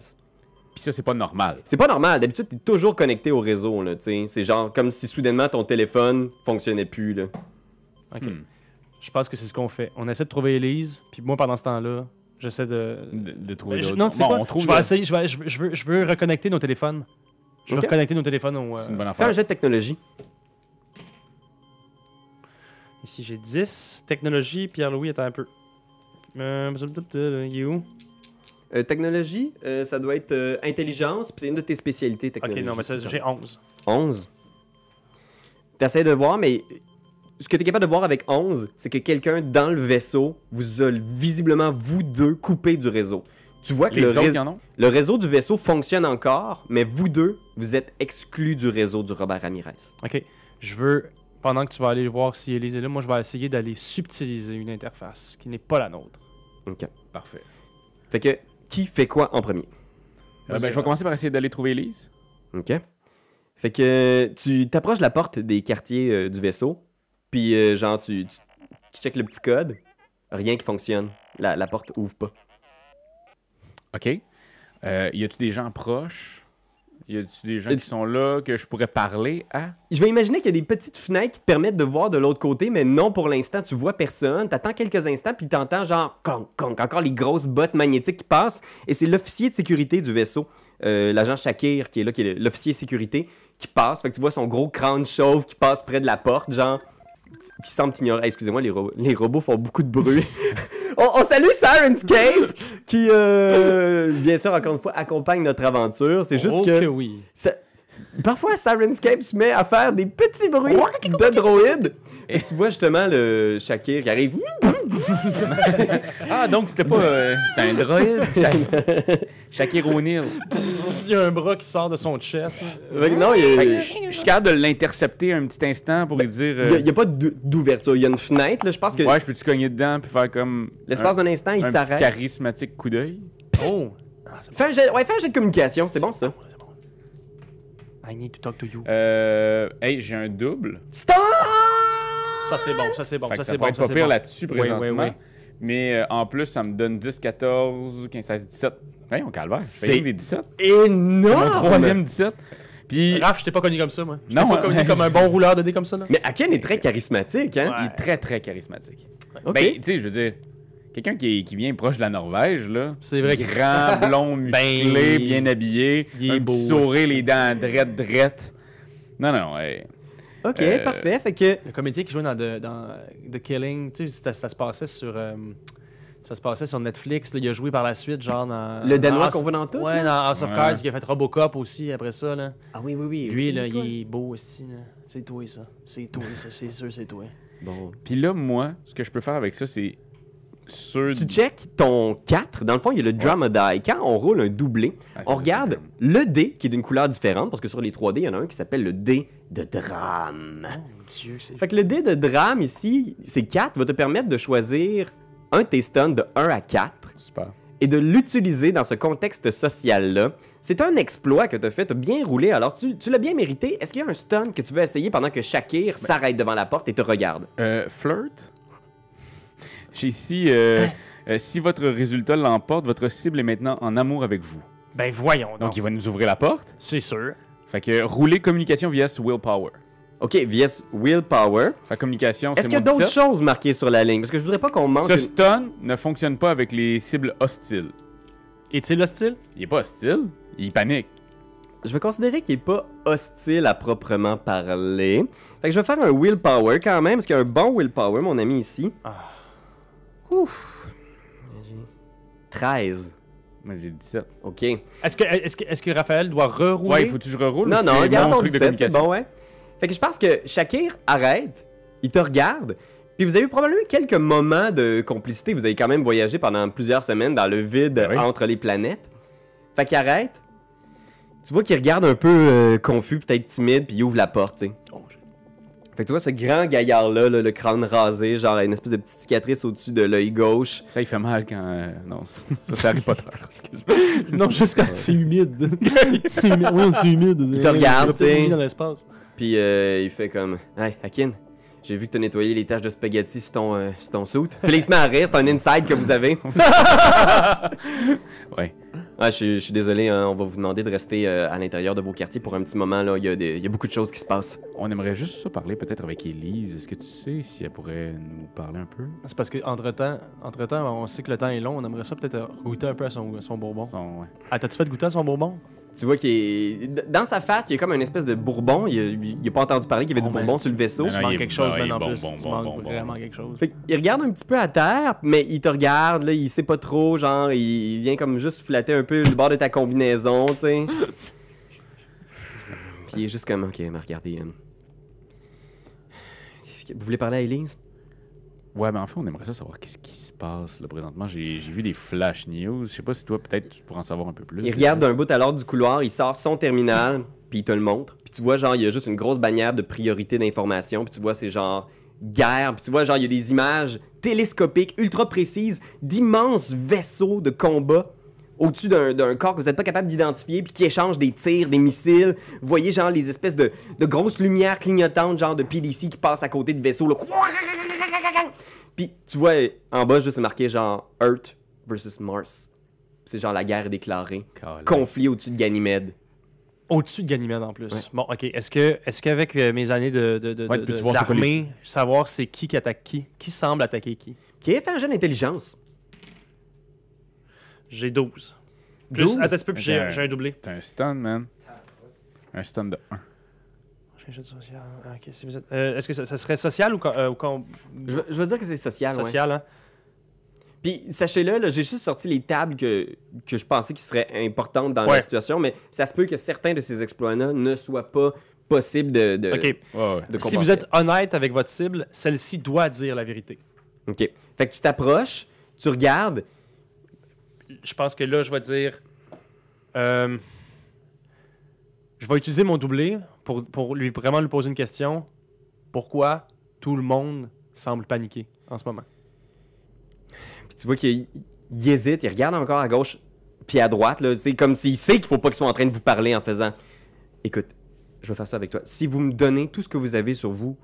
Puis ça, c'est pas normal. C'est pas normal, d'habitude, t'es toujours connecté au réseau, là, tu sais. C'est genre comme si soudainement ton téléphone fonctionnait plus, là. Ok. Hmm. Je pense que c'est ce qu'on fait. On essaie de trouver Elise, puis moi pendant ce temps-là, j'essaie de. De, de trouver Ben, je- d'autres- non, tu sais Bon, quoi? on trouve euh, je vais le- essayer, je, vais- je veux- je veux, je veux reconnecter nos téléphones. Je veux Ok. reconnecter nos téléphones au. euh, C'est une bonne Fais affaire. un jet de technologie. Ici, j'ai 10. Technologie, Pierre-Louis, attends un peu. Euh, il est où Euh, technologie, euh, ça doit être euh, intelligence, puis c'est une de tes spécialités, Ok, technologie. non, mais ça, si j'ai 11. 11. T'essaies de voir, mais ce que t'es capable de voir avec 11, c'est que quelqu'un dans le vaisseau vous a visiblement, vous deux, coupé du réseau. Tu vois que Les le, autres, rés- y en ont? le réseau du vaisseau fonctionne encore, mais vous deux, vous êtes exclus du réseau du Robert Ramirez. OK. Je veux, pendant que tu vas aller voir si Elise est là, moi, je vais essayer d'aller subtiliser une interface qui n'est pas la nôtre. OK. Parfait. Fait que, qui fait quoi en premier? Euh, ben, je vais commencer par essayer d'aller trouver Elise. OK. Fait que tu t'approches de la porte des quartiers euh, du vaisseau, puis euh, genre, tu, tu, tu checkes le petit code, rien qui fonctionne. La, la porte ouvre pas. OK. Euh, y a-tu des gens proches? Y a-tu des gens Euh, qui sont là que je pourrais parler à? Je vais imaginer qu'il y a des petites fenêtres qui te permettent de voir de l'autre côté, mais non, pour l'instant, tu vois personne. T'attends quelques instants, puis t'entends genre conk, conk, encore les grosses bottes magnétiques qui passent. Et c'est l'officier de sécurité du vaisseau, euh, l'agent Shakir, qui est là, qui est le- l'officier sécurité, qui passe. Fait que tu vois son gros crâne chauve qui passe près de la porte, genre, qui semble t'ignorer. Hey, Excusez-moi, les, robots- les robots font beaucoup de bruit. on, on salue Sirenscape, qui, euh, bien sûr, encore une fois, accompagne notre aventure. C'est juste Oh que. oui. Ça- Parfois, Sirenscape se met à faire des petits bruits de droïdes. Et tu vois justement le Shakir qui arrive. Ah, donc c'était pas... euh, c'était un droïde? Sha- Shakir O'Neal. Il y a un bras qui sort de son chest. là. Fait que non, il Fait n'y que Je je suis capable de l'intercepter un petit instant pour lui dire... euh, a, il Ben, y a pas d'ou- d'ouverture. Il y a une fenêtre. là. Je pense que Ouais, je peux-tu cogner dedans puis faire comme... l'espace d'un instant, un, il un petit s'arrête. charismatique coup d'œil? Oh! Ah, c'est bon, Fais un jet ouais, fais un jet de communication. C'est bon, ça. c'est bon. I need to talk to you. Euh... Hey, j'ai un double. Stop! Ça, c'est bon, ça, c'est bon, Fait ça, que ça c'est pourrait bon. être Ça, pas c'est pire bon. là-dessus Oui, oui, présentement. oui. Mais euh, en plus, ça me donne 10, 14, 15, 16, 17. Hey, on calvaire. C'est- C'est des 17. Mon Énorme! troisième 17. Puis Raph, je t'ai pas connu comme ça, moi. Je t'ai Non, pas connu hein. comme un bon rouleur de dés comme ça, là. Mais Aken est très charismatique, hein? il est très, très charismatique. Ok. Ben, tu sais, je veux dire, quelqu'un qui, est- qui vient proche de la Norvège, là. C'est vrai qu'il- Grand, blond, musclé, Ben, bien habillé. il est un beau, petit sourire, c'est- les dents drettes, drettes. Non, non, non. hey. ok, euh, parfait. Fait que Le comédien qui jouait dans The, dans euh, The Killing, tu sais, c'était- ça, se passait sur. euh, ça se passait sur Netflix. là. il a joué par la suite, genre dans. Le Danois dans House- qu'on voit dans tout, Ouais, dans House of Ouais. Cards, il a fait Robocop aussi après ça. Là. ah oui oui oui. Lui, Tu là, dis quoi? il est beau aussi. là. C'est toi, ça. C'est toi, ça. C'est sûr, c'est toi. bon. Puis là, moi, ce que je peux faire avec ça, c'est Ceux Tu check ton 4, dans le fond, il y a le drama die. Quand on roule un doublé, Ah, c'est on ça, regarde c'est comme- le dé qui est d'une couleur différente, parce que sur les 3D, il y en a un qui s'appelle le dé de drame. Ah. Mon dieu, c'est. Fait que le dé de drame ici, c'est 4, va te permettre de choisir un de tes stuns de 1 à 4 Super. et de l'utiliser dans ce contexte social-là. C'est un exploit que tu as fait, tu bien roulé, alors tu, tu l'as bien mérité. Est-ce qu'il y a un stun que tu veux essayer pendant que Shakir Ben s'arrête devant la porte et te regarde? Euh, flirt. J'ai ici. Hein? euh, euh, si votre résultat l'emporte, votre cible est maintenant en amour avec vous. Ben voyons Donc, donc. il va nous ouvrir la porte. C'est sûr. Fait que euh, rouler communication via ce willpower. OK, vs Willpower. Fait que communication, Oh, c'est Est-ce qu'il y a mon d'autres 17. choses marquées sur la ligne? Parce que je voudrais pas qu'on manque... Ce une- stun ne fonctionne pas avec les cibles hostiles. Est-il hostile? Il est pas hostile, il panique. Je vais considérer qu'il est pas hostile à proprement parler. Fait que je vais faire un willpower quand même, parce qu'il y a un bon willpower, mon ami ici. Ah. Ouf. 13. Mais j'ai 17. Ok. Est-ce que, est-ce que, est-ce que Raphaël doit rerouler? Ouais, il faut que je reroule. Non, ou non, c'est regarde mon ton truc de 17, c'est communication? bon, ouais. Fait que je pense que Shakir arrête, il te regarde, puis vous avez eu probablement eu quelques moments de complicité. Vous avez quand même voyagé pendant plusieurs semaines dans le vide Ben oui. entre les planètes. Fait qu'il arrête. Tu vois qu'il regarde un peu euh, confus, peut-être timide, puis il ouvre la porte, tu sais. Oh, je- Fait que tu vois ce grand gaillard-là, là, le crâne rasé, genre une espèce de petite cicatrice au-dessus de l'œil gauche. Ça, il fait mal quand. euh, Non, ça, ça, c'est Harry Potter. Non, juste quand c'est humide. c'est humide. Oui, c'est humide. Il te regarde, Il a pas de tu sais. bruit dans l'espace. Puis euh, il fait comme Hey, Akin, j'ai vu que t'as nettoyé les taches de spaghetti sur ton, euh, sur ton suit. Puis là, il se met à rire, c'est un inside que vous avez. Ouais. Ah, je, suis- je suis désolé, hein, on va vous demander de rester euh, à l'intérieur de vos quartiers pour un petit moment. Là, il y, a des- il y a beaucoup de choses qui se passent. On aimerait juste ça parler peut-être avec Elise. Est-ce que tu sais si elle pourrait nous parler un peu C'est parce qu'entre-temps, entre-temps, on sait que le temps est long. On aimerait ça peut-être goûter un peu à son, à son bourbon. Son- ouais. Ah, t'as-tu fait goûter à son bourbon? Ah, Tu vois qu'il est. d- Dans sa face, il y a comme une espèce de bourbon. Il a, il a pas entendu parler qu'il y avait Oh, du ben, bourbon sur le vaisseau. Tu non, il est- manques quelque chose, ah, il mais est en bon, plus. bon, tu bon, manques bon, bon. vraiment quelque chose. Fait qu'il regarde un petit peu à terre, mais il te regarde, là, il sait pas trop, genre, il il vient comme juste flatter un peu le bord de ta combinaison, tu sais. Puis il est juste comme, ok, mais regardez. euh, Vous voulez parler à Elise? Ouais, mais en fait, on aimerait ça savoir qu'est-ce qui se passe là présentement. J'ai j'ai vu des flash news. Je sais pas si toi, peut-être, tu pourras en savoir un peu plus. Il regarde d'un bout à l'autre du couloir, il sort son terminal, puis il te le montre. Puis tu vois, genre, il y a juste une grosse bannière de priorité d'information, puis tu vois, c'est genre guerre, puis tu vois, genre, il y a des images télescopiques, ultra précises, d'immenses vaisseaux de combat au-dessus d'un d'un corps que vous n'êtes pas capable d'identifier, puis qui échangent des tirs, des missiles. Vous voyez, genre, les espèces de, de grosses lumières clignotantes, genre de PDC qui passent à côté de vaisseaux, là. Puis tu vois, en bas, juste c'est marqué, genre, Earth versus Mars. C'est genre la guerre est déclarée Calais. conflit au-dessus de Ganymède. Au-dessus de Ganymède en plus. Ouais. Bon, ok. Est-ce que, est-ce qu'avec euh, mes années de, de, de, Ouais, de- peux-tu de- voir c'est quoi d'armée, savoir c'est qui qui attaque qui, qui semble attaquer qui Qui est fait un jeu d'intelligence. J'ai 12. Plus, 12? attends un petit peu, puis j'ai, Ok. j'ai un doublé. T'as un stun, man. Un stun de 1. J'ai un jeu de social. Ah, ok, si vous êtes- euh, est-ce que ça, ça serait social ou, co- euh, ou com- Je, veux- je veux dire que c'est social, ouais. social, hein? Puis sachez-le, là, j'ai juste sorti les tables que, que je pensais qui seraient importantes dans Ouais. la situation, mais ça se peut que certains de ces exploits-là ne soient pas possibles de, Euh, de, ok. Ouais, ouais. de Si vous compenser. êtes honnête avec votre cible, celle-ci doit dire la vérité. OK. Fait que tu t'approches, tu regardes, Je pense que là, je vais dire. euh, je vais utiliser mon doublé pour, pour lui vraiment lui poser une question. Pourquoi tout le monde semble paniquer en ce moment? puis tu vois qu'il il hésite, il regarde encore à gauche puis à droite, là. C'est comme s'il sait qu'il faut pas qu'il soit en train de vous parler en faisant « Écoute, je vais faire ça avec toi. Si vous me donnez tout ce que vous avez sur vous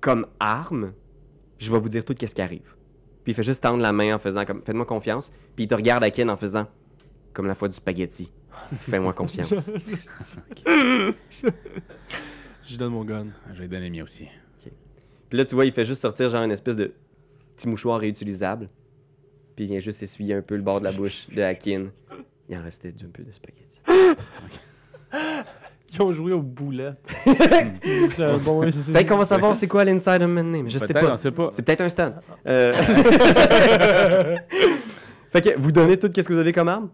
comme arme, je vais vous dire tout ce qui arrive. » Puis il fait juste tendre la main en faisant comme « Faites-moi confiance. » Puis il te regarde à Ken en faisant « Comme la fois du spaghetti. Fais-moi confiance. Je donne mon gun. Je vais donner le mien aussi. » Puis là, tu vois, il fait juste sortir genre une espèce de petit mouchoir réutilisable. Puis il vient juste essuyer un peu le bord de la bouche de Akin. Il en restait un peu de spaghetti. Ils ont joué aux boulettes. c'est un bon. Ben, Hmm. Peut-être qu'on Ben, va savoir c'est quoi l'inside of mais je sais Peut-être, On pas. sait pas. C'est peut-être un stand. Euh, fait que vous donnez tout ce que vous avez comme arme?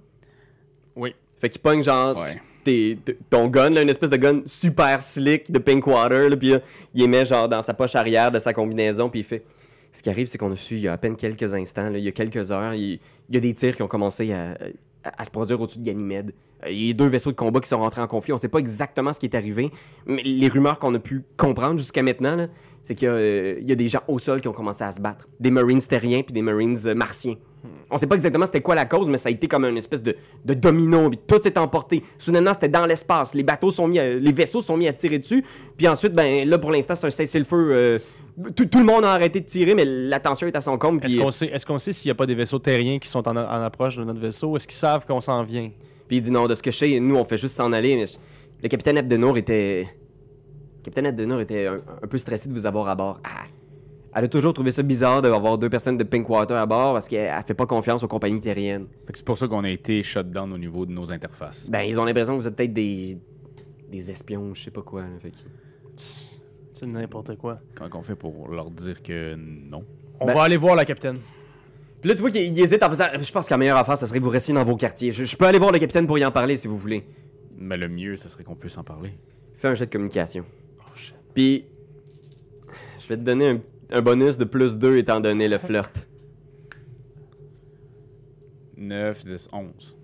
Oui. Fait qu'il pogne genre Ouais. tes- t- ton gun, là, une espèce de gun euh, super slick de Pinkwater, là, puis là, il les met genre dans sa poche arrière de sa combinaison, puis il fait « Ce qui arrive, c'est qu'on a su il y a à peine quelques instants, là, il y a quelques heures, il, il y a des tirs qui ont commencé à, à- à se produire au-dessus de Ganymède. Euh, Il y a deux vaisseaux de combat qui sont rentrés en conflit. On ne sait pas exactement ce qui est arrivé, mais les rumeurs qu'on a pu comprendre jusqu'à maintenant, là, c'est qu'il y, a, euh, il y a des gens au sol qui ont commencé à se battre. Des Marines terriens puis des Marines euh, martiens. On ne sait pas exactement c'était quoi la cause, mais ça a été comme une espèce de, de domino. Puis tout s'est emporté. Soudainement, c'était dans l'espace. Les bateaux sont mis, à- les vaisseaux sont mis à tirer dessus. Puis ensuite, ben là pour l'instant, c'est un cessez-le-feu. euh, tout, tout le monde a arrêté de tirer, mais la tension est à son comble. Est-ce Puis, qu'on sait, est-ce qu'on sait s'il n'y a pas des vaisseaux terriens qui sont en, en approche de notre vaisseau? Est-ce qu'ils savent qu'on s'en vient? puis il dit non, de ce que je sais, nous on fait juste s'en aller. Mais je- le capitaine Abdenour était, le capitaine Abdenour était un, un peu stressé de vous avoir à bord. Ah. Elle a toujours trouvé ça bizarre d'avoir deux personnes de Pinkwater à bord parce qu'elle elle fait pas confiance aux compagnies terriennes. Fait que C'est pour ça qu'on a été shut down au niveau de nos interfaces. Ben, ils ont l'impression que vous êtes peut-être des... des espions, je sais pas quoi. là, fait que- C'est n'importe quoi. Comment on fait pour leur dire que non? On Ben- va aller voir la capitaine. Ben, Puis là, tu vois qu'il il hésite en faisant. Je pense que la meilleure affaire, ce serait que vous restiez dans vos quartiers. Je, je peux aller voir le capitaine pour y en parler si vous voulez. Mais le mieux, ce serait qu'on puisse en parler. Fais un jet de communication. shit. Puis. Je vais te donner un, un bonus de plus 2 étant donné le flirt. 9, 10, 11.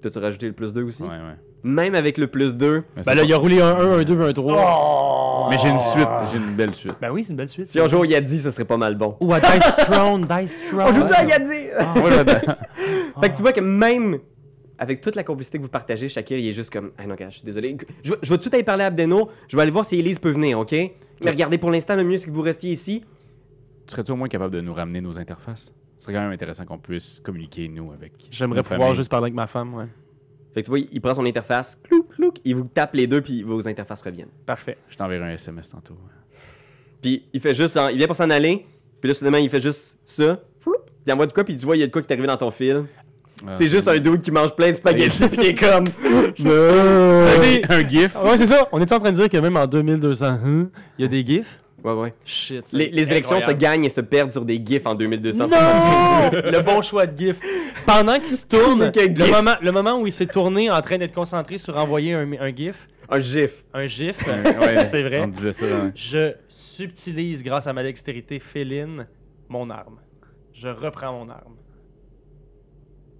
T'as-tu rajouté le plus 2 aussi? Ouais, ouais. Même avec le plus 2, Mais, Ben c'est là, pas- il a roulé un 1, un 2, un 3. Mais j'ai une suite, j'ai une belle suite. Ben oui, c'est une belle suite. si on joue au Yadi, ce serait pas mal bon. Ou à Dice Throne, Dice Ah, Throne. On joue ça à Yadi! Moi, j'adore. Fait que tu vois que même avec toute la complicité que vous partagez, Shakir, il est juste comme Ah non, gars, je suis désolé. Je, je vais tout de suite aller parler à Abdeno. Je vais aller voir si Elise peut venir, ok? Mais regardez, pour l'instant, le mieux, c'est que vous restiez ici. Serais-tu au moins capable de nous ramener nos interfaces? Ce serait quand même intéressant qu'on puisse communiquer, nous, avec. J'aimerais nos pouvoir familles. juste parler avec ma femme, ouais. Fait que tu vois, il prend son interface, clouc, clouc, il vous tape les deux, puis vos interfaces reviennent. Parfait. Je t'enverrai un SMS tantôt. Puis il fait juste, en- il vient pour s'en aller, puis là, soudainement, il fait juste ça. Floup. Il envoie de quoi, puis tu vois, il y a de quoi qui est arrivé dans ton fil. Ah, c'est juste un dude qui mange plein de spaghettis, puis il est comme. Un, un gif. Euh, Ouais, c'est ça. On est en train de dire que même en 2200, hein, il y a des gifs. Ouais, ouais. Shit. Les, les élections se incroyable. gagnent et se perdent sur des gifs en 2275. Non! le bon choix de gif. Pendant qu'il se tourne, Tourne avec un le gif. moment, le moment où il s'est tourné en train d'être concentré sur envoyer un, un gif, Un gif. un gif, Ouais, c'est vrai. On disait ça. dans- je subtilise grâce à ma dextérité féline mon arme. Je reprends mon arme.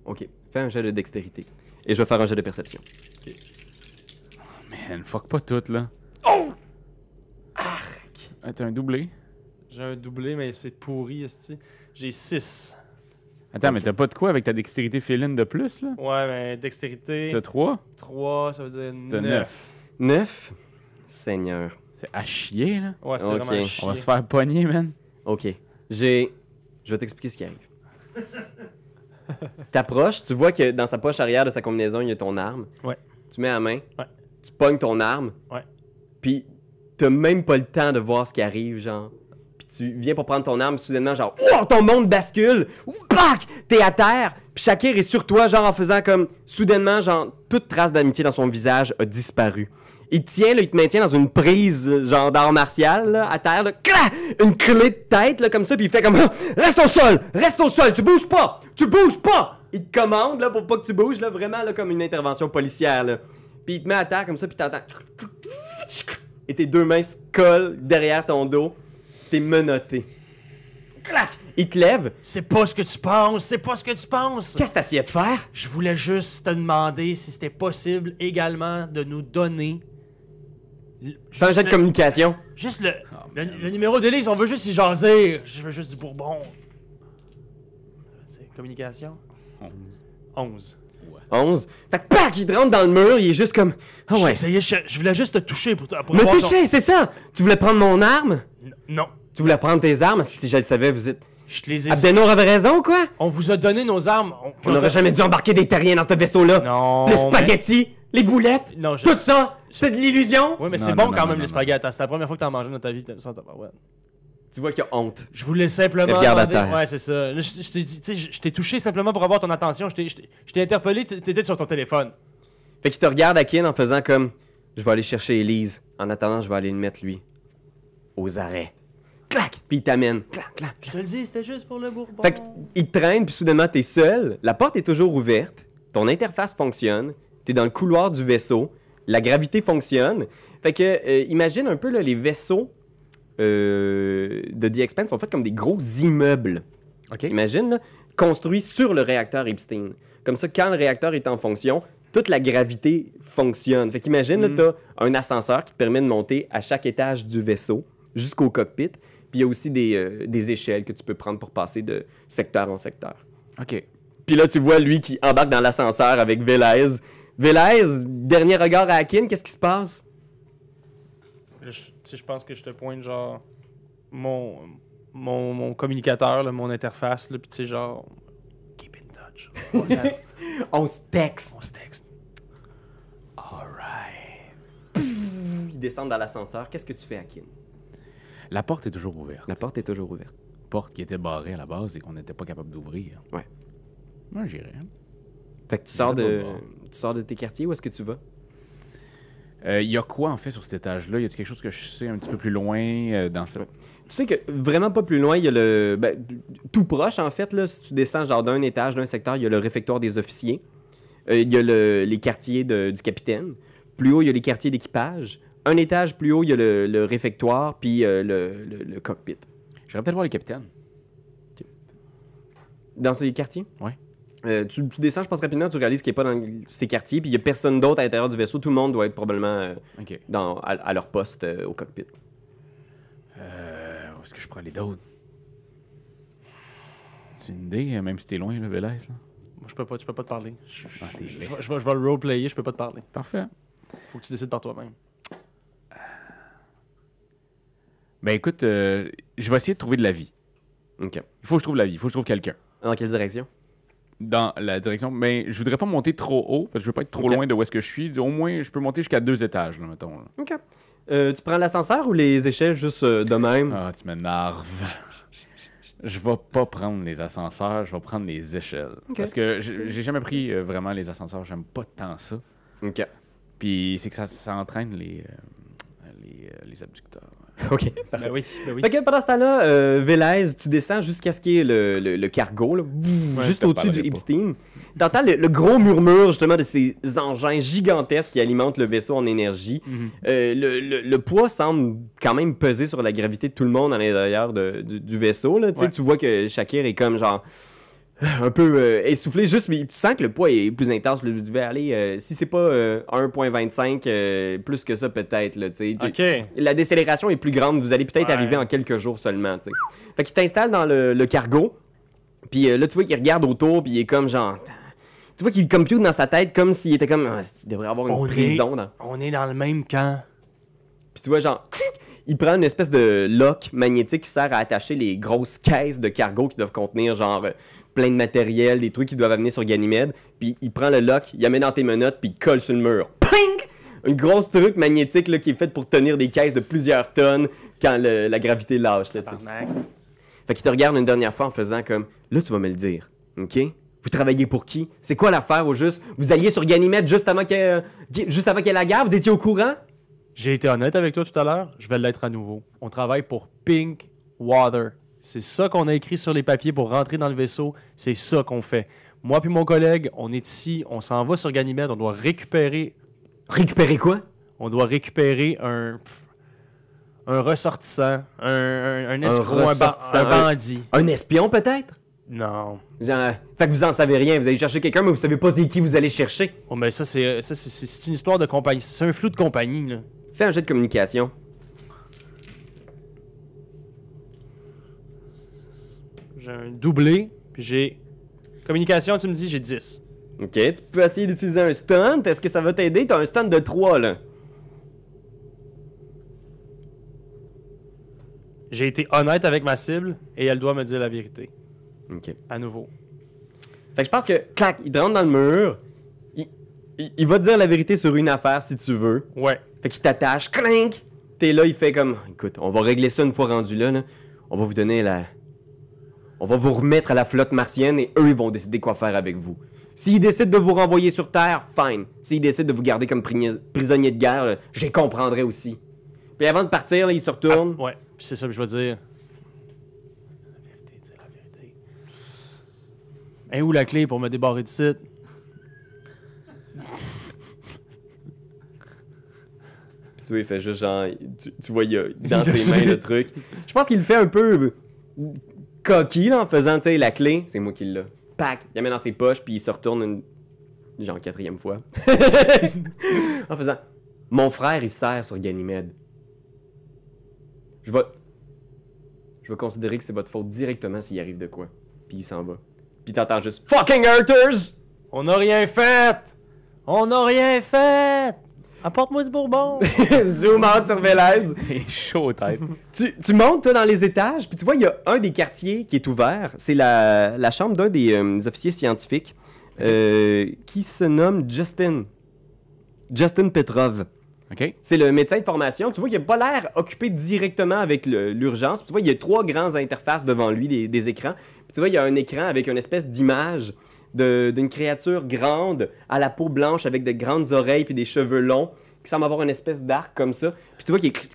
Ok, fais un jet de dextérité. Et je vais faire un jet de perception. Man, fuck pas tout, là. Oh! Arc! T'as un doublé? J'ai un doublé, mais c'est pourri, esti. J'ai 6. Attends, mais t'as pas de quoi avec ta dextérité féline de plus, là? Ouais, mais dextérité, T'as 3? 3, ça veut dire 9. T'as 9. 9. Seigneur. C'est à chier, là. Ouais, c'est Ok. vraiment à On chier. va se faire pogner, man. Ok. J'ai. Je vais t'expliquer ce qui arrive. T'approches, tu vois que dans sa poche arrière de sa combinaison, il y a ton arme. Ouais. Tu mets la main. Ouais. Tu pognes ton arme. Ouais. Puis t'as même pas le temps de voir ce qui arrive, genre. Puis tu viens pour prendre ton arme, soudainement, genre, oh, ton monde bascule! Ouh, Pac! T'es à terre! Puis Shakir est sur toi, genre, en faisant comme, soudainement, genre, toute trace d'amitié dans son visage a disparu. Il te tient, là, il te maintient dans une prise, euh, genre, d'art martial, là, à terre, là, Cra! une clé de tête, là, comme ça, puis il fait comme, Ah! reste au sol! Reste au sol! Tu bouges pas! Tu bouges pas! Il te commande, là, pour pas que tu bouges, là, vraiment, là, comme une intervention policière, là. Puis il te met à terre, comme ça, puis t'entends, et tes deux mains se collent derrière ton dos, t'es menotté. Clac! Il te lève. C'est pas ce que tu penses, c'est pas ce que tu penses. Qu'est-ce que t'essayais de faire? Je voulais juste te demander si c'était possible également de nous donner. l- Fais un jet juste de le- communication. Juste le, Oh, le, man. le numéro d'Élise, on veut juste y jaser. Je veux juste du bourbon. C'est Communication. 11. 11. 11. Fait que pac, il te rentre dans le mur, il est juste comme. Ah ouais. J'essayais, je, je voulais juste te toucher pour, pour Me avoir ton- toucher, c'est ça! Tu voulais prendre mon arme? N- Non. Tu voulais prendre tes armes? Si je le savais, vous êtes. Je te les ai. Abdenour avait raison, quoi? On vous a donné nos armes. On n'aurait jamais dû embarquer des terriens dans ce vaisseau-là. Non. Le spaghetti, les boulettes, mais- Non, je. tout ça, c'était de l'illusion. Oui, mais Non, c'est non, bon non, quand non, même, non, les spaghettis. C'est la première fois que t'en manges dans ta vie. t'as- ça, t'as pas- ouais. Tu vois qu'il y a honte. Je voulais simplement. Regarde à demander- terre. Ouais, c'est ça. Là, je, je t'ai dit- tu sais, je- je t'ai touché simplement pour avoir ton attention. Je t'ai- Je t'ai je t'ai interpellé, t- t'étais sur ton téléphone. Fait qu'il te regarde Akin en faisant comme Je vais aller chercher Elise. En attendant, je vais aller le mettre, lui, aux arrêts. Clac! Puis il t'amène. Clac, clac. Je te le dis, c'était juste pour le bourbon. Fait qu'il te traîne, puis soudainement, t'es seul. La porte est toujours ouverte. Ton interface fonctionne. T'es dans le couloir du vaisseau. La gravité fonctionne. Fait que, euh, imagine un peu là, les vaisseaux euh, de The Expanse sont faites comme des gros immeubles. OK. Imagine, là, construits sur le réacteur Epstein. Comme ça, quand le réacteur est en fonction, toute la gravité fonctionne. Fait qu'imagine, Mm. tu as un ascenseur qui te permet de monter à chaque étage du vaisseau jusqu'au cockpit. Puis il y a aussi des, euh, des échelles que tu peux prendre pour passer de secteur en secteur. OK. Puis là, tu vois lui qui embarque dans l'ascenseur avec Velez. Velez, dernier regard à Akin, qu'est-ce qui se passe? Là, je- tu sais, je pense que je te pointe, genre, mon, mon, mon communicateur, là, mon interface, là, puis tu sais, genre, keep in touch. WhatsApp, On se texte. on se texte. Ils descendent dans l'ascenseur. Qu'est-ce que tu fais, Akin? La porte est toujours ouverte. La porte est toujours ouverte. porte qui était barrée à la base et qu'on n'était pas capable d'ouvrir. Ouais. Moi, j'irais. hein. Fait que tu sors de, D'abord. tu sors de tes quartiers, où est-ce que tu vas? Euh, Il y a quoi, en fait, sur cet étage-là? Y a quelque chose que je sais un petit peu plus loin euh, dans cette... Ouais. Tu sais que vraiment pas plus loin, il y a le. ben, tout proche, en fait, là, si tu descends genre d'un étage, d'un secteur, il y a le réfectoire des officiers. Euh, il y a le- les quartiers de- du capitaine. Plus haut, il y a les quartiers d'équipage. Un étage plus haut, il y a le, le réfectoire, puis euh, le, le- le cockpit. J'irais peut-être voir le capitaine. Dans ces quartiers? Ouais. Euh, tu, tu descends, je pense rapidement, tu réalises qu'il n'est pas dans ces quartiers, puis il n'y a personne d'autre à l'intérieur du vaisseau. Tout le monde doit être probablement euh, OK. dans, à, à leur poste euh, au cockpit. Euh, où est-ce que je prends les d'autres? C'est une idée, euh, même si t'es loin, là, Vélez, là? Moi, je peux pas, tu peux pas te parler. Je, je- Ah, t'es je- laid. je- je vais- je vais le roleplayer, je peux pas te parler. Parfait. Faut que tu décides par toi-même. Ben écoute, euh, je vais essayer de trouver de la vie. OK. Il faut que je trouve la vie, il faut que je trouve quelqu'un. Dans quelle direction? Dans la direction. Mais je voudrais pas monter trop haut, parce que je veux pas être trop Ok. loin de où est-ce que je suis. Au moins, je peux monter jusqu'à deux étages, là, mettons. là. OK. Euh, tu prends l'ascenseur ou les échelles juste euh, de même? Ah, tu m'énerves. Je vais pas prendre les ascenseurs, je vais prendre les échelles. Ok. Parce que j'ai j'ai jamais pris euh, vraiment les ascenseurs, j'aime pas tant ça. OK. Puis c'est que ça, ça entraîne les, euh, les, euh, les abducteurs. OK. Ben oui, ben oui. Fait que pendant ce temps-là, euh, Vélez, tu descends jusqu'à ce qu'il y ait le, le- le cargo, là, bouh, Ouais, je juste te au-dessus du parlerai pas. Epstein. T'entends le, le gros murmure, justement, de ces engins gigantesques qui alimentent le vaisseau en énergie. Euh, le, le- le poids semble quand même peser sur la gravité de tout le monde à l'intérieur de- du, du vaisseau. Là. Tu sais, Ouais. Tu vois que Shakir est comme genre un peu euh, essoufflé, juste, mais tu sens que le poids est plus intense. Le vais aller, si c'est pas ben, euh, 1,25, euh, plus que ça peut-être. là, tu sais. Tu- Ok. la décélération est plus grande. Vous allez peut-être Ouais. arriver en quelques jours seulement. tu sais. Fait qu'il t'installe dans le, le cargo. Puis euh, là, tu vois qu'il regarde autour, puis il est comme genre... Tu vois qu'il compute dans sa tête comme s'il était comme... Ah, c'est- il devrait avoir une On est- prison. Dans... On est dans le même camp. Puis tu vois genre... Il prend une espèce de lock magnétique qui sert à attacher les grosses caisses de cargo qui doivent contenir genre euh, plein de matériel, des trucs qui doivent amener sur Ganymède. Puis il prend le lock, il amène dans tes menottes, puis il colle sur le mur. Ping! Un gros truc magnétique là, qui est fait pour tenir des caisses de plusieurs tonnes quand le- la gravité lâche. Là, tu sais. Tabarnak. Fait qu'il te regarde une dernière fois en faisant comme Là, tu vas me le dire, OK? Vous travaillez pour qui? C'est quoi l'affaire au juste? Vous alliez sur Ganymède juste avant qu'elle juste avant qu'il y ait la guerre? Vous étiez au courant? J'ai été honnête avec toi tout à l'heure, je vais l'être à nouveau. On travaille pour Pink Water. C'est ça qu'on a écrit sur les papiers pour rentrer dans le vaisseau, c'est ça qu'on fait. Moi puis mon collègue, on est ici, on s'en va sur Ganymède, on doit récupérer, Récupérer quoi? on doit récupérer un pff, un ressortissant, un, un, un escroc, un, ba- ressortissant, un un- bandit. Un espion peut-être? Non. Genre, euh, fait que vous en savez rien, vous allez chercher quelqu'un, mais vous savez pas c'est qui vous allez chercher. Oh, mais ça c'est ça c'est- c'est c'est une histoire de compagnie, c'est un flou de compagnie là. Fais un jeu de communication. J'ai un doublé, puis j'ai communication, tu me dis j'ai 10. Ok, tu peux essayer d'utiliser un stunt. Est-ce que ça va t'aider? T'as un stunt de 3 là. J'ai été honnête avec ma cible et elle doit me dire la vérité. Ok. À nouveau. Fait que je pense que, clac, il te rentre dans le mur. Il, il- il va te dire la vérité sur une affaire si tu veux. Ouais. Fait qu'il t'attache, clink! T'es là, il fait comme, écoute, on va régler ça une fois rendu là, là. On va vous donner la... On va vous remettre à la flotte martienne et eux, ils vont décider quoi faire avec vous. S'ils décident de vous renvoyer sur Terre, fine. S'ils décident de vous garder comme prigni- prisonnier de guerre, là, je les comprendrai aussi. Puis avant de partir, là, il se retourne. Ouais. Puis c'est ça que je veux dire. La vérité, dis la vérité. Et où la clé pour me débarrer de site? Puis Puis tu vois, il fait juste genre. Tu, tu vois, il a dans ses mains le truc. Je pense qu'il le fait un peu euh, coquille là, en faisant, tu sais, la clé. C'est moi qui l'ai. Pac! Il la met dans ses poches, puis il se retourne une. Genre quatrième fois. en faisant. Mon frère, il sert sur Ganymède. Je vais. Je vais considérer que c'est votre faute directement s'il arrive de quoi. Puis il s'en va. Puis t'entends juste Fucking Hurters! On n'a rien fait! On n'a rien fait! Apporte-moi du bourbon! Zoom out sur Vélez. T'es chaud aux têtes. Tu, tu montes, toi, dans les étages, puis tu vois, il y a un des quartiers qui est ouvert. C'est la, la chambre d'un des euh, officiers scientifiques euh, qui se nomme Justin. Justin Petrov. OK? C'est le médecin de formation. Tu vois, il n'a pas l'air occupé directement avec le- l'urgence. Puis Tu vois, il y a trois grandes interfaces devant lui, des, des écrans. Puis tu vois, il y a un écran avec une espèce d'image de- d'une créature grande, à la peau blanche, avec de grandes oreilles puis des cheveux longs, qui semble avoir une espèce d'arc comme ça. Puis tu vois qu'il est...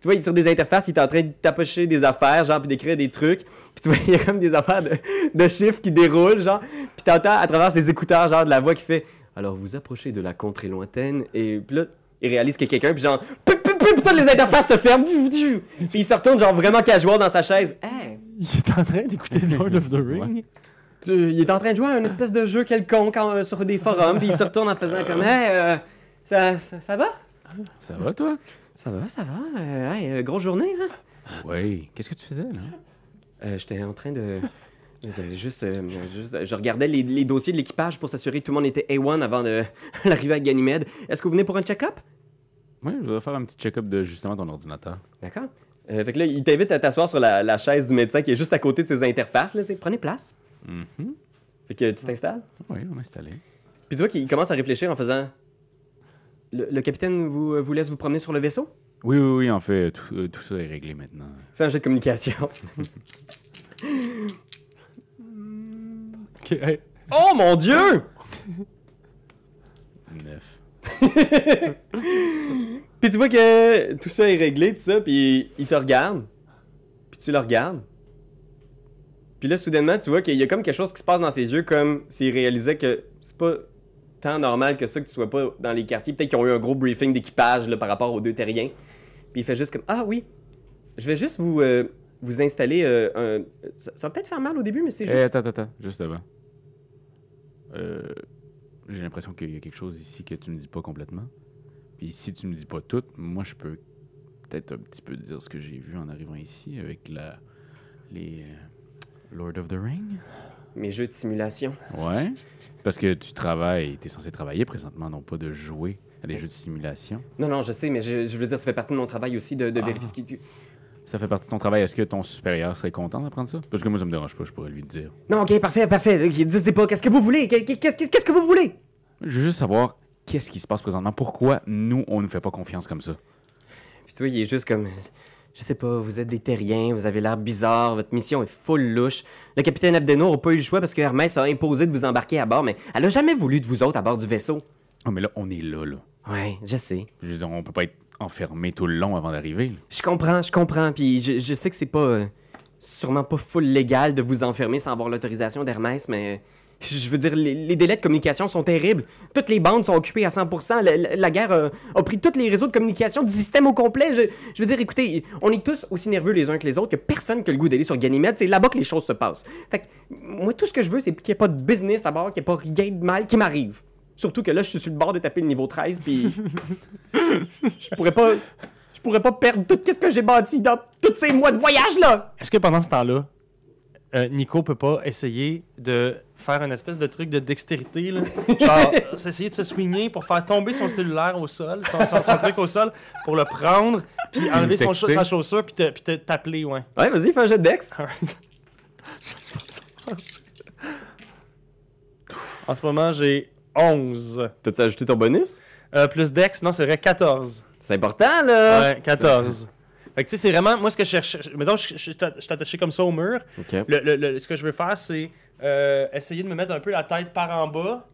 Tu vois, il est sur des interfaces, il est en train de tapocher des affaires, genre, puis d'écrire des trucs. Puis tu vois, il y a comme des affaires de, de chiffres qui déroulent, genre. Puis t'entends à travers ses écouteurs, genre, de la voix qui fait « Alors, vous approchez de la contrée lointaine, et... » Puis là, il réalise que quelqu'un, puis genre, Pou, pou, pou, puis toutes les interfaces se ferment. Puis il se retourne, genre, vraiment casual dans sa chaise. Hey, Il est en train d'écouter Lord of the Ring. tu- il est en train de jouer à une espèce de jeu quelconque en- euh, sur des forums, puis il se retourne en faisant comme, hey, euh, ça, ça, ça va? Ça va, toi? Ça va, ça va. Euh, hey, euh, grosse journée, hein? Oui. Qu'est-ce que tu faisais, là? Euh, J'étais en train de. de- juste, euh, juste- je regardais les, les dossiers de l'équipage pour s'assurer que tout le monde était A1 avant de l'arrivée à Ganymède. Est-ce que vous venez pour un check-up? Oui, je voudrais faire un petit check-up de justement ton ordinateur. D'accord. Euh, fait que là, il t'invite à t'asseoir sur la, la chaise du médecin qui est juste à côté de ses interfaces. Là, tu sais. Prenez place. Mhm. Fait que tu t'installes. Oui, on est installé. Puis tu vois qu'il commence à réfléchir en faisant. Le, le capitaine vous, euh, vous laisse vous promener sur le vaisseau? Oui, oui, oui, en fait, tout, euh, tout ça est réglé maintenant. Fais un jeu de communication. Ok, hey. oh mon dieu! Neuf. Puis tu vois que tout ça est réglé, tout ça, puis il te regarde. Puis tu le regardes. Puis là, soudainement, tu vois qu'il y a comme quelque chose qui se passe dans ses yeux, comme s'il réalisait que c'est pas tant normal que ça que tu sois pas dans les quartiers. Peut-être qu'ils ont eu un gros briefing d'équipage là, par rapport aux deux terriens. Puis il fait juste comme Ah oui, je vais juste vous, euh, vous installer euh, un. Ça, ça va peut-être faire mal au début, mais c'est Eh, juste. attends, attends, attends, juste avant. Euh, j'ai l'impression qu'il y a quelque chose ici que tu me dis pas complètement. Puis si tu me dis pas tout, moi je peux peut-être un petit peu dire ce que j'ai vu en arrivant ici avec la les euh, Lord of the Ring. Mes jeux de simulation. Ouais. Parce que tu travailles, tu es censé travailler présentement, non pas de jouer à des jeux de simulation. Non, non, je sais, mais je, je veux dire, ça fait partie de mon travail aussi de, de Ah. vérifier ce qui- Ça fait partie de ton travail. Est-ce que ton supérieur serait content d'apprendre ça Parce que moi ça me dérange pas, je pourrais lui dire. Non, ok, parfait, parfait. Ok, Dites pas, qu'est-ce que vous voulez? Qu'est- qu'est- Qu'est-ce qu'est-ce que vous voulez? Je veux juste savoir qu'est-ce qui se passe présentement. Pourquoi nous on ne fait pas confiance comme ça Puis tu vois, il est juste comme. Je sais pas, vous êtes des terriens, vous avez l'air bizarre, votre mission est full louche. Le capitaine Abdenour n'a pas eu le choix parce que Hermès a imposé de vous embarquer à bord, mais elle a jamais voulu de vous autres à bord du vaisseau. Oh mais là on est là là. Ouais, je sais. Je veux dire, on peut pas être enfermé tout le long avant d'arriver. là. Je comprends, je comprends, puis je, je sais que c'est pas. euh, sûrement pas full légal de vous enfermer sans avoir l'autorisation d'Hermès, mais. euh, Je veux dire, les, les délais de communication sont terribles. Toutes les bandes sont occupées à 100%. La, la- la guerre a, a pris tous les réseaux de communication du système au complet. Je, je veux dire, écoutez, on est tous aussi nerveux les uns que les autres que personne que le goût d'aller sur Ganymède. C'est là-bas que les choses se passent. Fait que, moi, tout ce que je veux, c'est qu'il n'y ait pas de business à bord, qu'il n'y ait pas rien de mal qui m'arrive. Surtout que là, je suis sur le bord de taper le niveau 13, puis... je pourrais pas... Je pourrais pas perdre tout ce que j'ai bâti dans tous ces mois de voyage, là! Est-ce que pendant ce temps-là, euh, Nico peut pas essayer de faire une espèce de truc de dextérité, là? Genre, euh, s'essayer de se swinguer pour faire tomber son cellulaire au sol, son, son- son truc au sol, pour le prendre, puis enlever son cha- texter. sa chaussure, puis te- puis te- t'appeler, ouais. Ouais, vas-y, fais un jet de Dex. En ce moment, j'ai 11. T'as-tu ajouté ton bonus? Euh, plus Dex, non, c'est vrai, 14. Ah. C'est important, là! Ouais, 14. Fait que tu sais, c'est vraiment, moi, ce que je cherche, je- mettons, je, je- je t'a- je suis attaché comme ça au mur. OK. Le- le- le- ce que je veux faire, c'est euh, essayer de me mettre un peu la tête par en bas.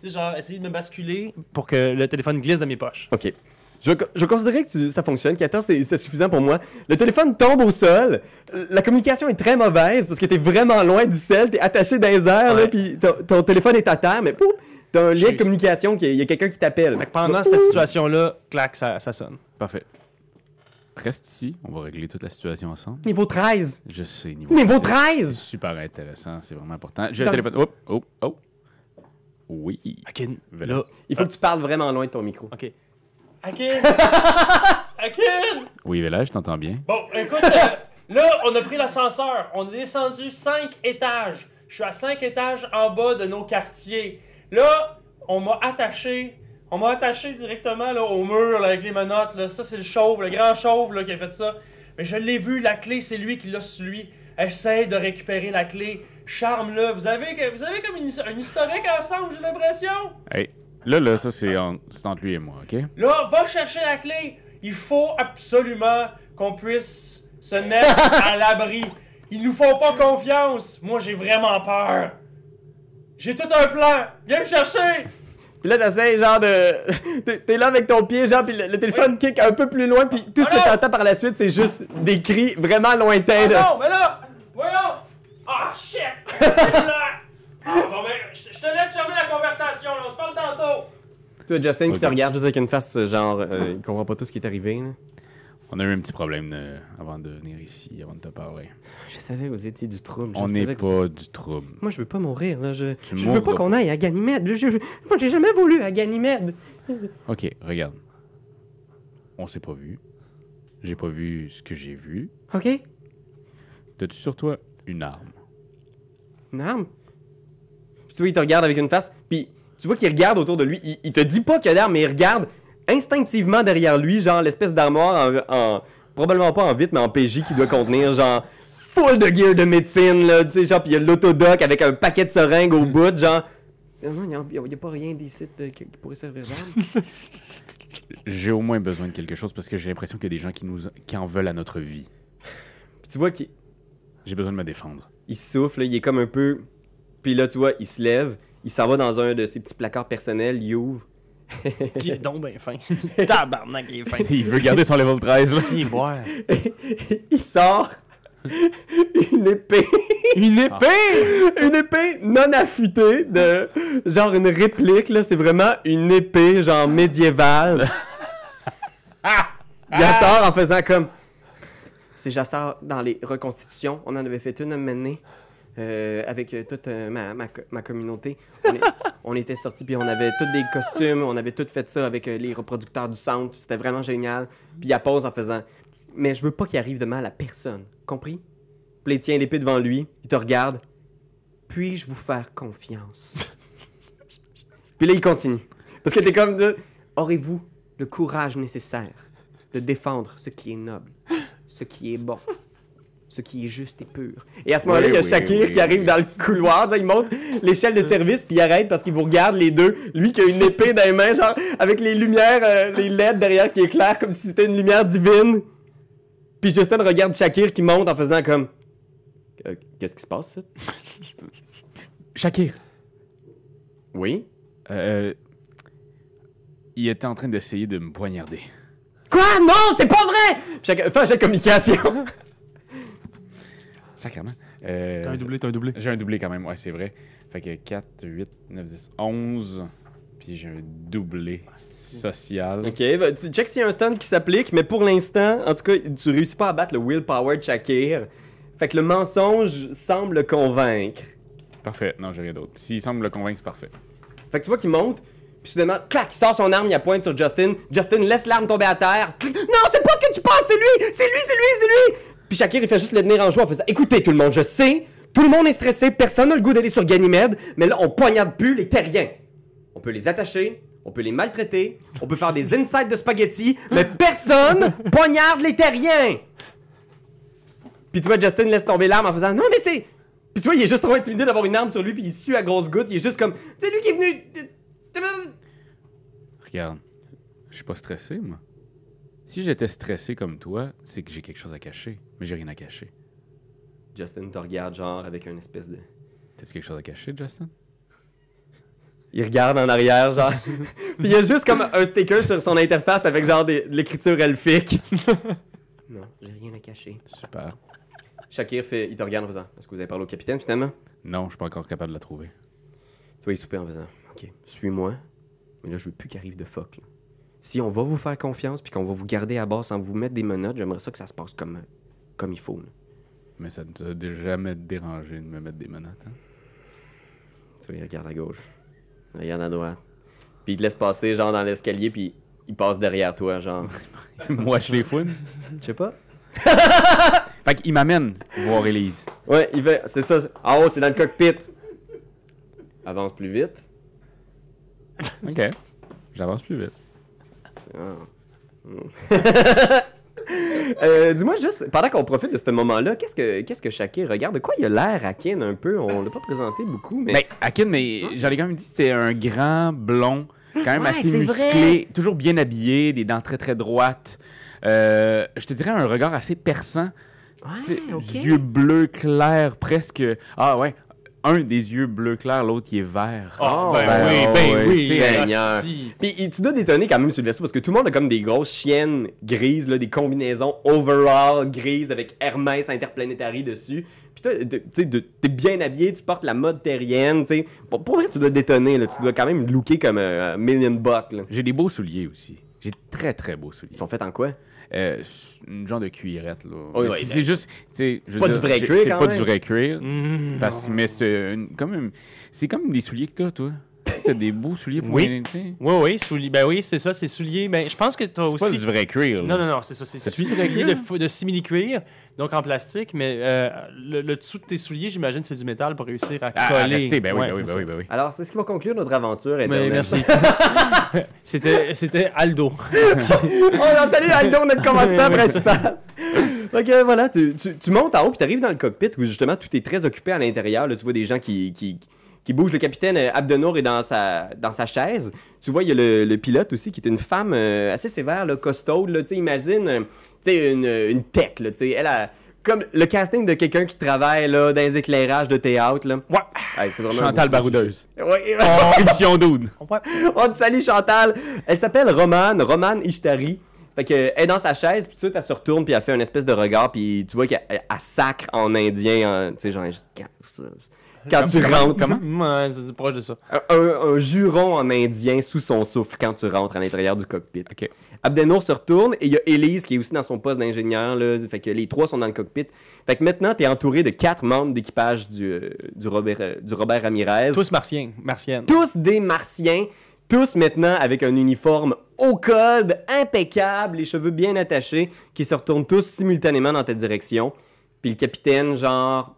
Tu sais, genre, essayer de me basculer pour que le téléphone glisse dans mes poches. OK. Je, vais co- je vais considérer que tu- ça fonctionne. 14, c'est c'est suffisant pour moi. Le téléphone tombe au sol. Euh, La communication est très mauvaise parce que t'es vraiment loin du sel. T'es attaché dans les airs, là, Ouais. puis ton, ton téléphone est à terre, mais pouf! T'as un J'ai lien de eu- communication, qui est- il y a quelqu'un qui t'appelle. Fait que pendant cette situation-là, clac, ça, ça sonne. Parfait. Reste ici, on va régler toute la situation ensemble. Niveau 13! Je sais, niveau. Niveau facile, 13! Super intéressant, c'est vraiment important. J'ai Dans- le téléphone. Oh, oh, oh. Oui. Akin, Voilà. là. Il faut que tu parles vraiment loin de ton micro. Ok. Akin! Akin! Oui, Vela, je t'entends bien. Bon, écoute, euh, là, on a pris l'ascenseur. On est descendu 5 étages. Je suis à 5 étages en bas de nos quartiers. Là, on m'a attaché. On m'a attaché directement là, au mur là, avec les menottes. Là. Ça, c'est le chauve, le grand chauve là, qui a fait ça. Mais je l'ai vu, la clé, c'est lui qui l'a sur lui. Essaye de récupérer la clé. Charme-le. Vous avez, que- vous avez comme une his- un historique ensemble, j'ai l'impression. Hey, là, là, ça, c'est en- c'est entre lui et moi, OK? Là, va chercher la clé. Il faut absolument qu'on puisse se mettre à l'abri. Ils nous font pas confiance. Moi, j'ai vraiment peur. J'ai tout un plan. Viens me chercher. Puis là, t'essayes genre de. t'es- T'es là avec ton pied, genre, puis le, le téléphone kick un peu plus loin, puis tout ce que Allô? t'entends par la suite, c'est juste des cris vraiment lointains. de- Ah Ah Non, mais là, voyons. Ah, shit. Cellulaire. Ah, bon, ben, je je te laisse fermer la conversation. là. On se parle tantôt. Tu vois Justin qui te Ok. regarde juste avec une face, euh, genre, euh, il comprend pas tout ce qui est arrivé. là. On a eu un petit problème de- avant de venir ici, avant de te parler. Je savais que vous étiez du trouble. je on savais n'est que vous- pas du trouble. Moi, je veux pas mourir, là. Je, Tu je veux pas mourras qu'on aille à Ganymède. Je- je- Moi, j'ai jamais voulu à Ganymède. OK, regarde. On s'est pas vu. J'ai pas vu ce que j'ai vu. OK? T'as-tu sur toi une arme? Une arme? Puis tu vois, il te regarde avec une face, puis tu vois qu'il regarde autour de lui. Il, il te dit pas qu'il y a d'arme, mais il regarde instinctivement derrière lui, genre l'espèce d'armoire en, en- Probablement pas en vite, mais en PJ qui doit contenir, genre, full de gear de médecine, là, tu sais, genre, puis il y a l'autodoc avec un paquet de seringues au bout, genre. Non, il n'y a, il y a pas rien d'ici de- qui qui pourrait servir d'arme. J'ai au moins besoin de quelque chose parce que j'ai l'impression qu'il y a des gens qui, nous, qui en veulent à notre vie. puis tu vois qu'il J'ai besoin de me défendre. il souffle, il est comme un peu. Puis là, tu vois, il se lève, il s'en va dans un de ses petits placards personnels, il ouvre. Qui est donc ben fin. Tabarnak, il est fin. Il veut garder son level 13. Si, boire. il sort une épée. Une épée Une épée non affûtée de genre une réplique là, c'est vraiment une épée genre médiévale. Ah. Il la sort en faisant comme c'est Jassar dans les reconstitutions, on en avait fait une à un moment donné, euh, avec euh, toute euh, ma, ma, co- ma communauté. On, est- on était sortis, puis on avait tous des costumes, on avait tout fait ça avec euh, les reproducteurs du centre, puis c'était vraiment génial. Puis il la pose en faisant mais je veux pas qu'il arrive de mal à personne. Compris? Puis il tient l'épée devant lui, il te regarde. Puis-je vous faire confiance? Puis là, il continue. Parce que t'es comme de. Aurez-vous le courage nécessaire de défendre ce qui est noble, ce qui est bon, ce qui est juste et pur? Et à ce moment-là, Oui, il y a oui, Shakir oui, qui arrive oui. dans le couloir. Là, il monte l'échelle de service, puis il arrête parce qu'il vous regarde les deux. Lui qui a une épée dans les mains, genre avec les lumières, euh, les LED derrière qui éclairent comme si c'était une lumière divine. Puis Justin regarde Shakir qui monte en faisant comme. Euh, Qu'est-ce qui se passe, ça? Shakir! Oui? Euh, il était en train d'essayer de me poignarder. Quoi? Non, c'est pas vrai! Chacun, fais un jet de communication. Sacrement. Euh, T'as un doublé, t'as un doublé. J'ai un doublé quand même, ouais, c'est vrai. Fait que 4, 8, 9, 10, 11. Puis j'ai un doublé Ah, social. ok, bah, tu check s'il y a un stand qui s'applique, mais pour l'instant, en tout cas, tu réussis pas à battre le willpower de Shakir. Fait que le mensonge semble le convaincre. Parfait, non, j'ai rien d'autre. S'il semble le convaincre, c'est parfait. Fait que tu vois qu'il monte, puis soudainement, clac, il sort son arme, il la pointe sur Justin. Justin laisse l'arme tomber à terre. Clic. Non, c'est pas ce que tu penses, c'est lui! C'est lui, c'est lui, c'est lui! Puis Shakir, il fait juste le tenir en joue en faisant Écoutez, tout le monde, je sais, tout le monde est stressé, personne n'a le goût d'aller sur Ganymède, mais là, on poignarde plus les terriens. On peut les attacher, on peut les maltraiter, on peut faire des insides de spaghettis, mais personne poignarde les terriens! Puis tu vois, Justin laisse tomber l'arme en faisant Non, mais c'est. Puis tu vois, il est juste trop intimidé d'avoir une arme sur lui, puis il sue à grosses gouttes. Il est juste comme. C'est lui qui est venu. Regarde, je suis pas stressé, moi. Si j'étais stressé comme toi, c'est que j'ai quelque chose à cacher. Mais j'ai rien à cacher. Justin te regarde, genre, avec une espèce de. T'as-tu quelque chose à cacher, Justin? Il regarde en arrière, genre. puis il y a juste comme un sticker sur son interface avec, genre, des- de l'écriture elfique. non, j'ai rien à cacher. Super. Shakir fait. Il te regarde en faisant. Est-ce que vous avez parlé au capitaine, finalement Non, je suis pas encore capable de la trouver. Tu vas y souper en faisant Ok, suis-moi. Mais là, je veux plus qu'il arrive de fuck. là. Si on va vous faire confiance puis qu'on va vous garder à bord sans vous mettre des menottes, j'aimerais ça que ça se passe comme, comme il faut. là. Mais ça ne t'a dé- jamais dérangé de me mettre des menottes. Hein? Tu vois, il regarde à gauche. Il regarde à droite. Puis il te laisse passer, genre, dans l'escalier, puis il passe derrière toi, genre. Moi, je les fouine. Je sais pas. Fait qu'il m'amène voir Elise. Ouais, il fait. C'est ça. En haut, c'est dans le cockpit. Avance plus vite. Ok. J'avance plus vite. C'est- ah. Mm. Euh, Dis-moi juste, pendant qu'on profite de ce moment-là, qu'est-ce que qu'est-ce que Shakir regarde De quoi il a l'air à Ken un peu On l'a pas présenté beaucoup, mais. Ben, Akin, mais j'allais quand même dit c'était un grand blond, quand même Ouais, assez c'est musclé, toujours bien habillé, des dents très très droites. Euh, je te dirais un regard assez perçant, tu sais, ouais, Ah, ok. yeux bleus clairs, presque. Ah ouais, un des yeux bleus clairs, l'autre il est vert. Ah, ben, ben, oui, ah, ben ouais, oui, Seigneur. hostie. Puis il- tu dois détonner quand même sur le vaisseau parce que tout le monde a comme des grosses chiennes grises, là, des combinaisons overall grises avec Hermès interplanétari dessus. Puis toi, t'es- tu sais, de- t'es bien habillé, tu portes la mode terrienne, tu sais. Pour, pour vrai, tu dois détonner, là, tu dois quand même looker comme un un million bucks. là. J'ai des beaux souliers aussi. J'ai de très très beaux Ils souliers. sont faits en quoi? Euh, s- une genre de cuirette là. Oui, Mais oui, c'est- ben- c'est juste, tu sais, je veux Pas du dire, vrai j'ai- cuir, c'est quand pas même. du vrai cuir. Mm. Parce, mais c'est une- comme une- c'est comme des souliers que t'as, toi. T'as des beaux souliers pour Oui. les- tu sais. Oui, oui, souliers. Ben oui, c'est ça, c'est souliers. Ben, je pense que t'as C'est pas aussi. du vrai cuir. là. Non, non, non, c'est ça. C'est C'est sou- du souliers cuir? de, fou- de simili-cuir, donc en plastique, mais euh, le, le dessous de tes souliers, j'imagine, c'est du métal pour réussir à coller. Ah, ah, restez, ben oui, Ouais, ben oui, c'est ben oui, ben oui. Alors, c'est ce qui va conclure notre aventure ça. Mais éternelle. merci. C'était c'était Aldo. oh non, salut Aldo, notre commandant principal! Ok, voilà, tu, tu- tu montes en haut, puis t'arrives dans le cockpit où justement tout est très occupé à l'intérieur. Là, tu vois des gens qui, qui, qui bougent. Le capitaine euh, Abdenour est dans sa, dans sa chaise. Tu vois, il y a le, le pilote aussi qui est une femme euh, assez sévère, là, costaude. Là, tu sais, imagine euh, tu sais, une, une tech. Là, tu sais, elle a comme le casting de quelqu'un qui travaille là, dans les éclairages de théâtre. Là. Ouais. Ouais, c'est vraiment Chantal Baroudeuse. Ouais. Oh, émission d'Oud. Ouais. On te salue Chantal. Elle s'appelle Romane, Romane Ishtari. Fait que, elle est dans sa chaise, puis tout de suite, elle se retourne, puis elle fait un espèce de regard, puis tu vois qu'elle elle- elle sacre en indien, en- tu sais, genre, juste quand, quand tu rentres, Ouais, c'est c'est proche de ça. un, un- un juron en indien sous son souffle quand tu rentres à l'intérieur du cockpit. Ok. Abdenour se retourne, et il y a Elise qui est aussi dans son poste d'ingénieur, là, fait que les trois sont dans le cockpit. Fait que maintenant, t'es entouré de quatre membres d'équipage du, euh, du, Robert, euh, du Robert Ramirez Tous martiens, martiennes. tous des martiens, tous maintenant avec un uniforme au code, impeccable, les cheveux bien attachés, qui se retournent tous simultanément dans ta direction. Puis le capitaine, genre,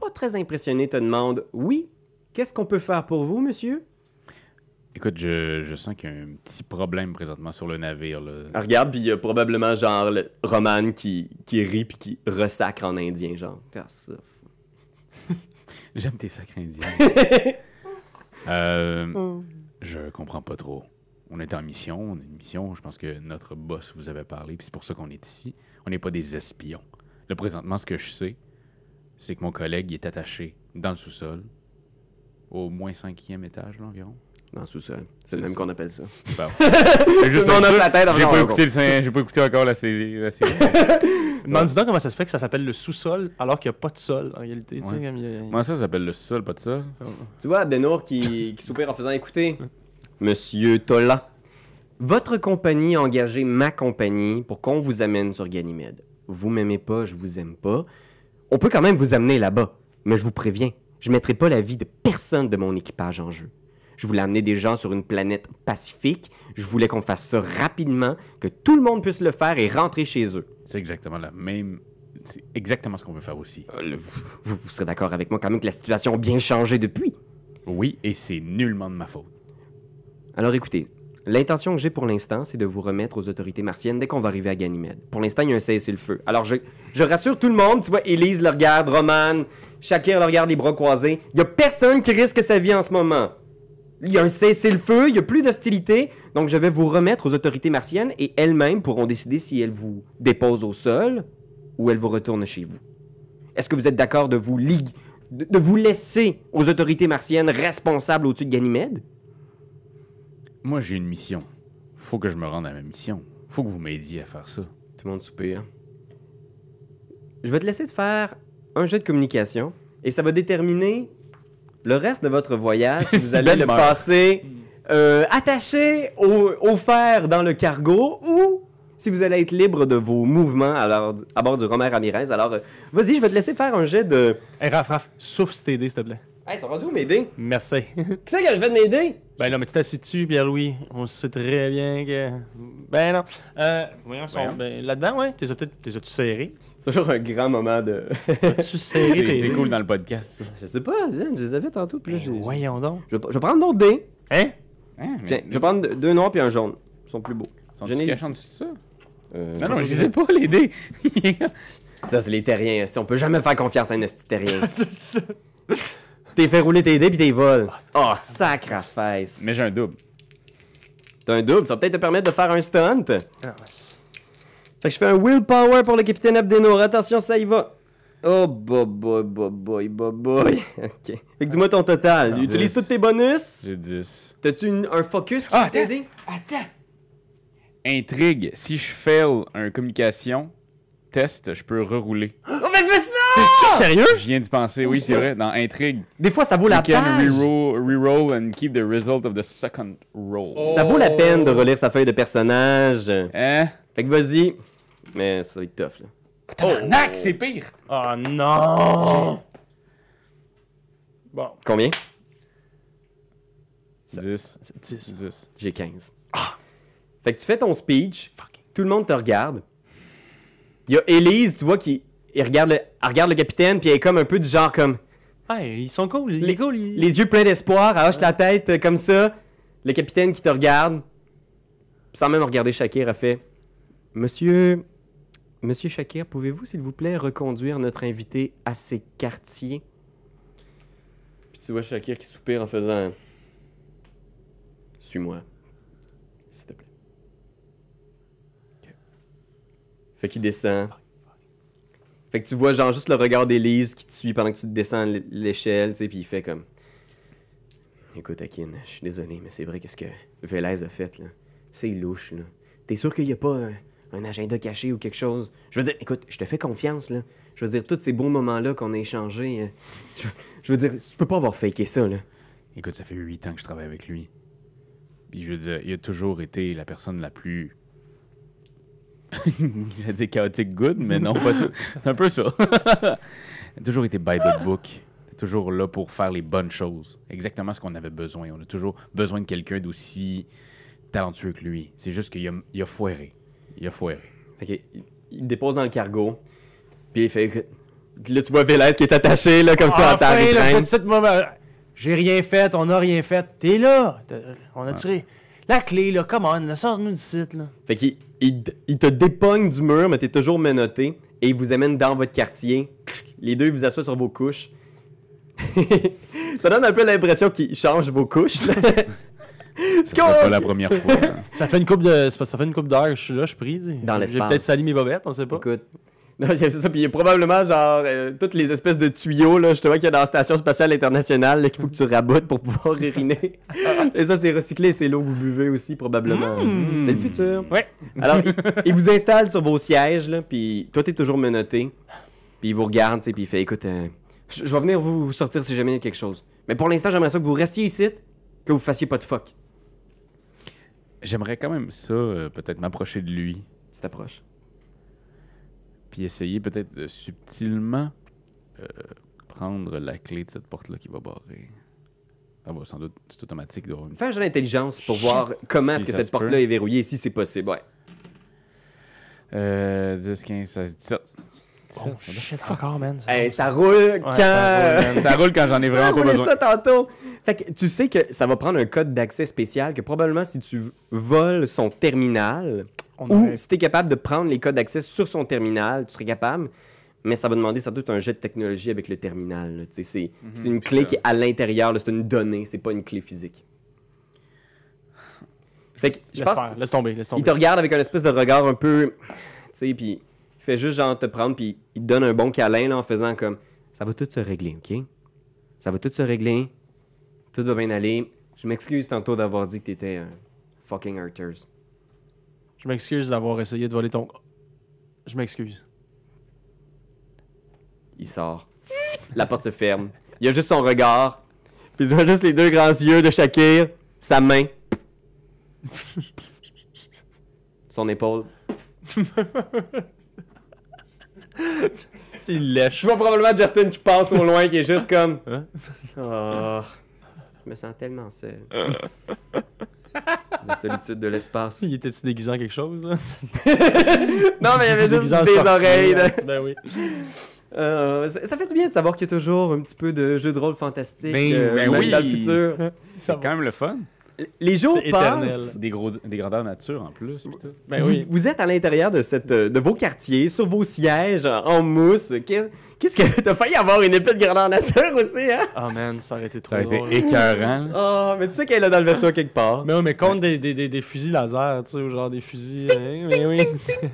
pas très impressionné, te demande Oui, qu'est-ce qu'on peut faire pour vous, monsieur Écoute, je, je sens qu'il y a un petit problème présentement sur le navire. Là. Elle Regarde, puis il y a probablement, genre, le Roman qui, qui rit puis qui ressacre en indien, genre. Ah, ça. J'aime tes sacres indiens. Euh, Oh. je comprends pas trop. On est en mission, on a une mission. Je pense que notre boss vous avait parlé, puis c'est pour ça qu'on est ici. On n'est pas des espions. Là, présentement, ce que je sais, c'est que mon collègue il est attaché dans le sous-sol, au moins cinquième étage, là, environ. Dans le sous-sol. C'est le même qu'on appelle ça. Bon. C'est juste On un hoche truc. la tête en J'ai faisant, pas, on écouté le sing- j'ai pas écouté encore la saisie. la saisie. Demande-nous donc comment ça se fait que ça s'appelle le sous-sol alors qu'il n'y a pas de sol en réalité. tu sais, Ouais. comme il y a- Moi, ça, ça s'appelle le sol, pas de ça. Tu vois Abdenour qui, qui soupire en faisant écouter. Monsieur Tola, votre compagnie a engagé ma compagnie pour qu'on vous amène sur Ganymède. Vous m'aimez pas, je vous aime pas. On peut quand même vous amener là-bas, mais je vous préviens, je mettrai pas la vie de personne de mon équipage en jeu. Je voulais amener des gens sur une planète pacifique, je voulais qu'on fasse ça rapidement, que tout le monde puisse le faire et rentrer chez eux. C'est exactement la même. C'est exactement ce qu'on veut faire aussi. Euh, le- vous, vous- vous serez d'accord avec moi quand même que la situation a bien changé depuis. Oui, et c'est nullement de ma faute. Alors écoutez, l'intention que j'ai pour l'instant, c'est de vous remettre aux autorités martiennes dès qu'on va arriver à Ganymède. Pour l'instant, il y a un cessez-le-feu. Alors je, je rassure tout le monde, tu vois, Élise le regarde, Roman, Shakir le regarde les bras croisés. Il y a personne qui risque sa vie en ce moment. Il y a un cessez-le-feu, il y a plus d'hostilité. Donc je vais vous remettre aux autorités martiennes et elles-mêmes pourront décider si elles vous déposent au sol ou elles vous retournent chez vous. Est-ce que vous êtes d'accord de vous ligue, de- de vous laisser aux autorités martiennes responsables au-dessus de Ganymède? Moi, j'ai une mission. Faut que je me rende à ma mission. Faut que vous m'aidiez à faire ça. Tout le monde hein. soupire. Je vais te laisser te faire un jet de communication et ça va déterminer Le reste de votre voyage, vous allez Sylvain le meurt. passer euh, attaché au, au fer dans le cargo ou si vous allez être libre de vos mouvements à, l'heure du- à bord du Romer Ramirez. Alors, euh, vas-y, je vais te laisser faire un jet de. Hey, Raph, Raph, souffle si t'es aidé, s'il te plaît. Hey, ça va où mes dés? Merci. Qui c'est qui a le fait de mes dés? ben non, mais tu t'assis dessus, Pierre-Louis. On sait très bien que. Ben non. Euh, voyons, son- Voyons. ben, là-dedans, ouais. T'es peut-être t'es tu serré. C'est toujours un grand moment de. Tu serré, C'est t'es. c'est cool dans le podcast, ça. je sais pas, je les avais tantôt. Puis là, j'ai- Ben, voyons donc. je, vais- je vais prendre d'autres dés. Hein? Hein, mais- Tiens, je vais prendre deux- deux noirs puis un jaune. Ils sont plus beaux. Sont-ils je n'ai- cachés en dessous de ça? Ben Euh, Non, non, je les ai pas, les dés. Ça, c'est les terriens. esti. On peut jamais faire confiance à un esti terrien. t'es fait rouler tes dés puis t'es voles. Oh, sacre fesse. Mais j'ai un double. T'as un double, ça va peut-être te permettre de faire un stunt. Ah, mince. Fait que je fais un willpower pour le capitaine Abdenor. Attention, ça y va. Oh, boy, boy, boy, boy, boy, boy. Ok. Fait que dis-moi ton total. Dix. Utilise tous tes bonus. J'ai 10. T'as-tu une- un focus qui Ah, peut t'aider? Attends! Intrigue. Si je fail un communication, test, je peux rerouler. Oh, mais fais ça! T'es-tu sérieux? Ah! Je viens d'y penser, oui, c'est vrai. Dans Intrigue, Des fois, ça vaut you la can page. reroll, reroll and keep the result of the second roll. Oh. Ça vaut la peine de relire sa feuille de personnage. Hein? Fait que vas-y. Mais ça va être tough, là. Tabarnak, c'est pire! Oh non! Bon, Combien? 10. c'est 10. 10. J'ai 15. Fait que tu fais ton speech, tout le monde te regarde. Il y a Élise, tu vois, qui elle regarde, le, elle regarde le capitaine, puis elle est comme un peu du genre comme... Hey, ils sont cool. Les- Les cool, ils... Les yeux pleins d'espoir, elle hoche la tête euh, comme ça. Le capitaine qui te regarde, sans même regarder Shakir, a fait... Monsieur... Monsieur Shakir, pouvez-vous, s'il vous plaît, reconduire notre invité à ses quartiers? Puis tu vois Shakir qui soupire en faisant... Suis-moi, s'il te plaît. Fait qu'il descend. Fait que tu vois genre juste le regard d'Élise qui te suit pendant que tu descends l- l'échelle, tu sais, puis il fait comme... Écoute, Akin, je suis désolé, mais c'est vrai que ce que Vélez a fait, là, c'est louche, là. T'es sûr qu'il n'y a pas un, un agenda caché ou quelque chose? Je veux dire, écoute, je te fais confiance, là. Je veux dire, tous ces beaux moments-là qu'on a échangés, euh, je, je veux dire, tu peux pas avoir faké ça, là. Écoute, ça fait 8 ans que je travaille avec lui. Puis je veux dire, il a toujours été la personne la plus. il a dit chaotique good, mais non, pas. C'est un peu ça. il a toujours été by the book. Il est toujours là pour faire les bonnes choses. Exactement ce qu'on avait besoin. On a toujours besoin de quelqu'un d'aussi talentueux que lui. C'est juste qu'il a, il a foiré. Il a foiré. Fait que, il, il dépose dans le cargo, puis il fait... écoute, Là, tu vois Vélez qui est attaché, là, comme ça, à terre, Enfin, il là, traîne. vous êtes sept moments- J'ai rien fait, on n'a rien fait. T'es là. T'as- On a tiré la clé, là. Come on, là, sors-nous du site, là. Fait qu'il il, il te dépogne du mur, mais t'es toujours menotté. Et il vous amène dans votre quartier. Les deux, ils vous assoient sur vos couches. ça donne un peu l'impression qu'ils changent vos couches. là. Parce C'est pas qu'on- la première fois. hein. Ça fait une coupe de. c'est pas- Ça fait une coupe d'heure que je suis là, je prie. dis. Dans J'ai l'espace. peut-être sali mes bobettes, on sait pas. Écoute. Non, c'est ça. Puis il y a probablement, genre, euh, toutes les espèces de tuyaux, là, justement, qu'il y a dans la Station Spatiale Internationale, là, qu'il faut que tu raboutes pour pouvoir uriner. et ça, c'est recyclé, c'est l'eau que vous buvez aussi, probablement. Hmm. Mm. C'est le futur. Ouais. Alors, il, il vous installe sur vos sièges, là, puis toi, t'es toujours menotté. Puis il vous regarde, tu sais, puis il fait Écoute, euh, je je vais venir vous sortir si jamais il y a quelque chose. Mais pour l'instant, j'aimerais ça que vous restiez ici, que vous fassiez pas de fuck. J'aimerais quand même ça, euh, peut-être m'approcher de lui. Tu t'approches. puis essayer peut-être de subtilement euh, prendre la clé de cette porte-là qui va barrer. Ah bah, sans doute, c'est automatique. il doit y avoir une- Fais un jeu d'intelligence pour Shit. voir comment est-ce Si que ça cette se peut. porte-là est verrouillée, si c'est possible. Ouais. Euh, 10, 15, 16, 17. Oh, shit, encore, man. ça- Hey, ça roule quand. Ouais, ça roule, man. Ça roule quand j'en ai Ça hein. vraiment pas roulait besoin. ça tantôt. Fait que tu sais que ça va prendre un code d'accès spécial que probablement si tu voles son terminal On ou aurait- si tu es capable de prendre les codes d'accès sur son terminal, tu serais capable. Mais ça va demander sans doute un jet de technologie avec le terminal. là. Tu sais, C'est c'est une puis clé ça- qui est à l'intérieur, là, c'est une donnée, c'est pas une clé physique. Fait que je Laisse pense faire, laisse tomber, laisse il tomber. te regarde avec un espèce de regard un peu. Tu sais, puis il fait juste genre te prendre, puis il te donne un bon câlin là, en faisant comme Ça va tout se régler, ok Ça va tout se régler. Tout va bien aller. Je m'excuse tantôt d'avoir dit que t'étais un fucking Arthurs. Je m'excuse d'avoir essayé de voler ton. Je m'excuse. Il sort. La porte se ferme. Il y a juste son regard. Puis tu vois juste les deux grands yeux de Shakir, sa main, son épaule. Tu lèches. Je vois probablement Justin qui passe au loin, qui est juste comme. Hein? Oh, je me sens tellement seul. La solitude de l'espace. Il était-tu déguisé en quelque chose, là? Non, mais il y avait juste Déguisé en des sorcier, oreilles. là. hein, Ben oui. Euh, ça, ça fait du bien de savoir qu'il y a toujours un petit peu de jeu de rôle fantastique Ben, euh, ben même oui. dans le futur. C'est quand même le fun. Les jours C'est éternel. passent. Des, gros, des grandeurs nature en plus. pis tout. Ben vous, oui. vous êtes à l'intérieur de, cette, euh, de vos quartiers, sur vos sièges, en- en mousse. Qu'est-ce qu'est-ce que t'as failli avoir une épée de grandeur nature aussi, hein? Oh man, ça aurait été trop Ça a drôle. été écœurant. là. Oh, mais tu sais qu'elle est dans le vaisseau quelque part. Mais oui, mais contre des, des, des, des fusils laser, tu sais, ou genre des fusils. hein, mais oui.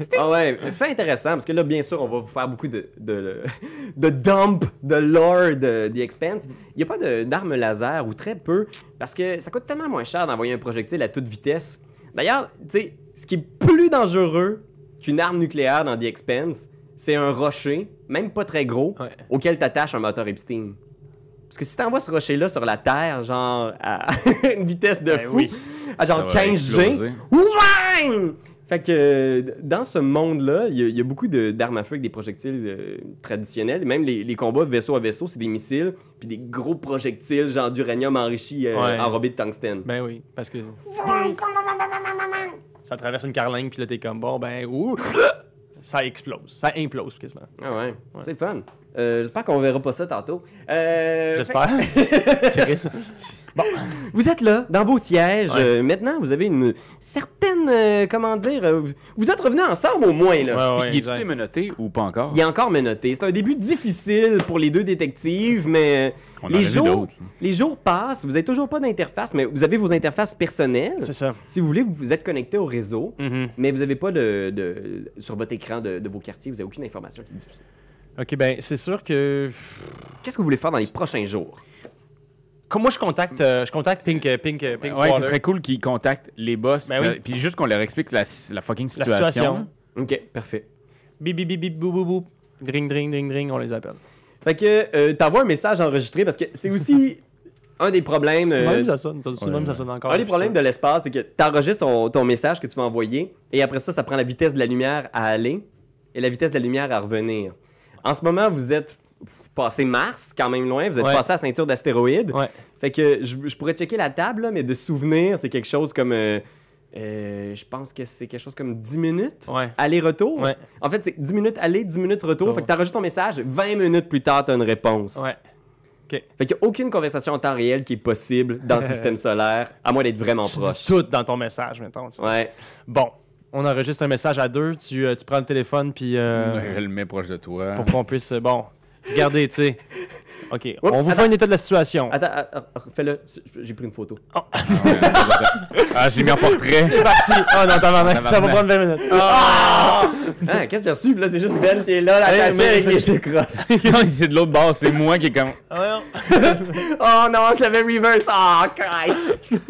Ah ouais, fait intéressant, parce que là, bien sûr, on va vous faire beaucoup de, de, de dump de lore de The Expanse. Il n'y a pas de- d'armes laser, ou très peu, parce que ça coûte tellement moins cher d'envoyer un projectile à toute vitesse. D'ailleurs, tu sais, ce qui est plus dangereux qu'une arme nucléaire dans The Expanse, c'est un rocher, même pas très gros, Ouais. auquel t'attaches un moteur Epstein. Parce que si t'envoies ce rocher-là sur la Terre, genre à une vitesse de fou, à Ben Ça genre va 15 G, exploser. Ouang! Fait que euh, dans ce monde-là, il y, a- il y a beaucoup de- d'armes à feu avec des projectiles euh, traditionnels. Même les, les combats vaisseau à vaisseau, c'est des missiles, puis des gros projectiles genre d'uranium enrichi euh, Ouais. enrobé de tungstène. Ben oui, parce que. Ça traverse une carlingue, puis là, t'es comme bon, ben, ouh! Ça explose, ça implose quasiment. Ah ouais, c'est fun. Euh, J'espère qu'on verra pas ça tantôt. Euh, J'espère. Chris. Vous êtes là, dans vos sièges. Ouais. Euh, maintenant, vous avez une certaine, euh, comment dire, euh, vous êtes revenus ensemble au moins là. Ah ouais, ouais, Il est-tu exact. démenotté ou pas encore? Il est encore menotté. C'est un début difficile pour les deux détectives, mais On en les aurait vu jours, d'autres, les jours passent. Vous n'avez toujours pas d'interface, mais vous avez vos interfaces personnelles. C'est ça. Si vous voulez, vous- vous êtes connecté au réseau, Mhm. mais vous n'avez pas de, de- sur votre écran de, de vos quartiers, vous n'avez aucune information qui est diffusée. Ok, ben, c'est sûr que. Qu'est-ce que vous voulez faire dans les prochains jours Comme moi, je contacte, euh, je contacte Pink, euh, Pink, euh, Pink Ben ouais, ça Water. serait cool qu'ils contactent les boss. Ben puis- oui. Puis juste qu'on leur explique la, la fucking La situation. situation. Ok, parfait. Bip, bip, bip, bip, bou, bou, bou. Dring, dring, dring, dring, on les appelle. Fait que euh, t'envoies un message enregistré parce que c'est aussi un des problèmes. euh, Même ça sonne, ça- ouais, même ça ouais. sonne encore. Un des Ah, problèmes de l'espace, c'est que tu enregistres ton, ton message que tu vas envoyer, et après ça, ça prend la vitesse de la lumière à aller et la vitesse de la lumière à revenir. En ce moment, vous êtes pff, passé Mars, quand même loin, vous êtes Ouais. passé à la ceinture d'astéroïdes. Ouais. Fait que je, je pourrais checker la table, là, mais de souvenir, c'est quelque chose comme. euh, euh, je pense que c'est quelque chose comme 10 minutes. Ouais. Aller-retour. Ouais. En fait, c'est 10 minutes aller, 10 minutes retour. Retour. Fait que t'enregistres ton message, 20 minutes plus tard, t'as une réponse. Ouais. Fait qu'il n'y a aucune conversation en temps réel qui est possible dans le système solaire, à moins d'être vraiment Tu dis proche. tout dans ton message, mettons. tu sais. Ouais. Bon, on enregistre un message à deux, tu, euh, tu prends le téléphone, puis euh, Ouais, Je le mets proche de toi. pour qu'on puisse, euh, bon, regardez, tu sais. OK, on vous fait attends. un état de la situation. Attends, attends, fais-le. J'ai pris une photo. ah, je l'ai mis en portrait. C'est parti! Oh non, t'as ma ça va Tabarnak. prendre 20 minutes. Ah, qu'est-ce que j'ai reçu? Puis Là, c'est juste Ben qui est là, Hey, l'attaché mais- avec les cheveux croches. Non, c'est de l'autre bord, c'est moi qui est comme. Ah, Oh non, je l'avais reverse. Oh, Christ.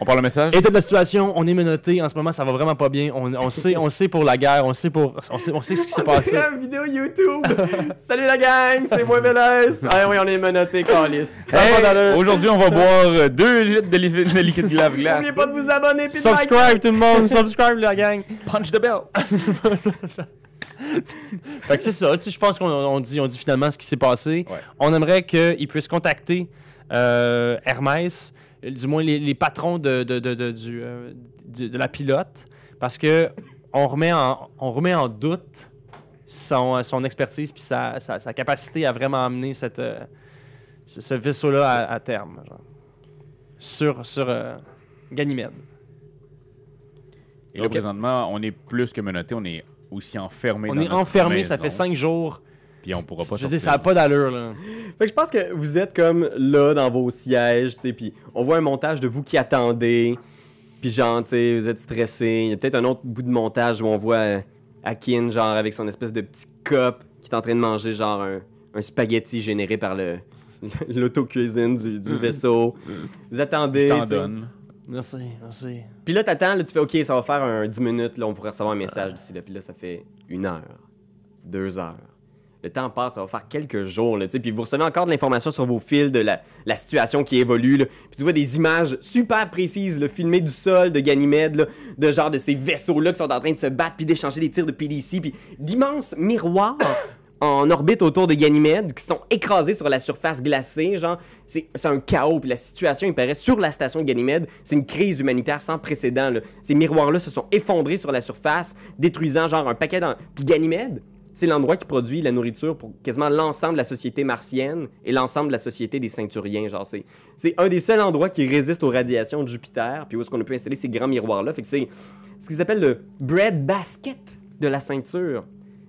On parle le message? État de la situation, on est menotté, en ce moment ça va vraiment pas bien, on, on sait, on sait pour la guerre, on sait, pour, on sait, on sait ce qui s'est C'est passé. une vidéo YouTube. Salut la gang, c'est moi Vélez. Ah oui, on est menotté, Calis. Hey, Ça va pas d'allure. Aujourd'hui, on va boire euh, deux litres de, li- de liquide lave glace. N'oubliez pas de vous abonner. puis de Subscribe tout le monde, subscribe la gang, punch the bell. fait que c'est ça, tu sais, je pense qu'on on dit, on dit finalement ce qui s'est passé. Ouais. On aimerait qu'ils puissent contacter euh, Hermès, euh, du moins les, les patrons de, de, de, de- du, euh, du- de la pilote, parce que on remet en, on remet en doute son, euh, son expertise puis sa, sa, sa capacité à vraiment amener cette, euh, ce, ce vaisseau-là à, à terme. genre. Sur, sur euh, Ganymède. Et là, présentement, on est plus que menotté, on est aussi enfermé. On dans est notre enfermé, maison. ça fait cinq jours. Puis on pourra pas Je sortir. veux dire, ça n'a pas d'allure, là. Fait que je pense que vous êtes comme là dans vos sièges, tu sais, puis on voit un montage de vous qui attendez, puis genre, tu sais, vous êtes stressé. Il y a peut-être un autre bout de montage où on voit euh, Akin, genre, avec son espèce de petit cop qui est en train de manger, genre, un, un spaghetti généré par le l'autocuisine du, du vaisseau. Vous Mhm. Je attendez. t'en tu sais. donne. Merci, merci. Puis là, t'attends, là, tu fais, OK, ça va faire un 10 minutes, là, on pourrait recevoir un message d'ici là. Puis là, ça fait une heure, deux heures. Le temps passe, ça va faire quelques jours, là, tu sais, puis vous recevez encore de l'information sur vos fils, de la, la situation qui évolue, là. puis tu vois des images super précises, le filmées du sol de Ganymède, là, de genre de ces vaisseaux-là qui sont en train de se battre, puis d'échanger des tirs de PDC, puis d'immenses miroirs en orbite autour de Ganymède qui sont écrasés sur la surface glacée, genre, c'est c'est un chaos, puis la situation, il paraît, sur la station de Ganymède, c'est une crise humanitaire sans précédent, là. Ces miroirs-là se sont effondrés sur la surface, détruisant, genre, un paquet d'en... Puis Ganymède, c'est l'endroit qui produit la nourriture pour quasiment l'ensemble de la société martienne et l'ensemble de la société des ceinturiens, genre, c'est... C'est un des seuls endroits qui résiste aux radiations de Jupiter, puis où est-ce qu'on a pu installer ces grands miroirs-là, fait que c'est ce qu'ils appellent le bread basket de la ceinture.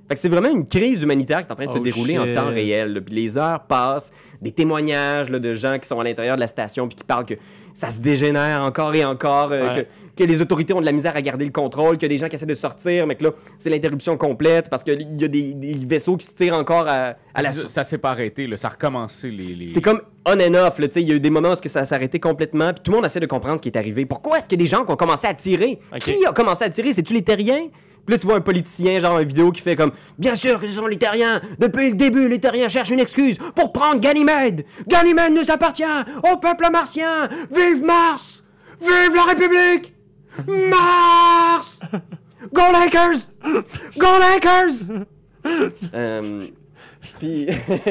Fait que c'est vraiment une crise humanitaire qui est en train de se Oh dérouler en shit. temps réel. là. Puis les heures passent, des témoignages là, de gens qui sont à l'intérieur de la station puis qui parlent que ça se dégénère encore et encore, euh, Ouais. que, que les autorités ont de la misère à garder le contrôle, qu'il y a des gens qui essaient de sortir, mais que là, c'est l'interruption complète parce qu'il y a des, des vaisseaux qui se tirent encore à, à la Ça, ça s'est pas arrêté, là. Ça a recommencé les. les- c'est comme on and off, là, tu sais, il y a eu des moments où est-ce que ça s'est arrêté complètement, puis tout le monde essaie de comprendre ce qui est arrivé. Pourquoi est-ce qu'il y a des gens qui ont commencé à tirer? Ok. Qui a commencé à tirer? C'est-tu les terriens? Puis là, tu vois un politicien, genre, une vidéo qui fait comme « Bien sûr que ce sont les terriens! Depuis le début, les terriens cherchent une excuse pour prendre Ganymède! Ganymède nous appartient! Au peuple martien! Vive Mars! Vive la République! Mars! Go Lakers! Go Lakers! Euh, Puis,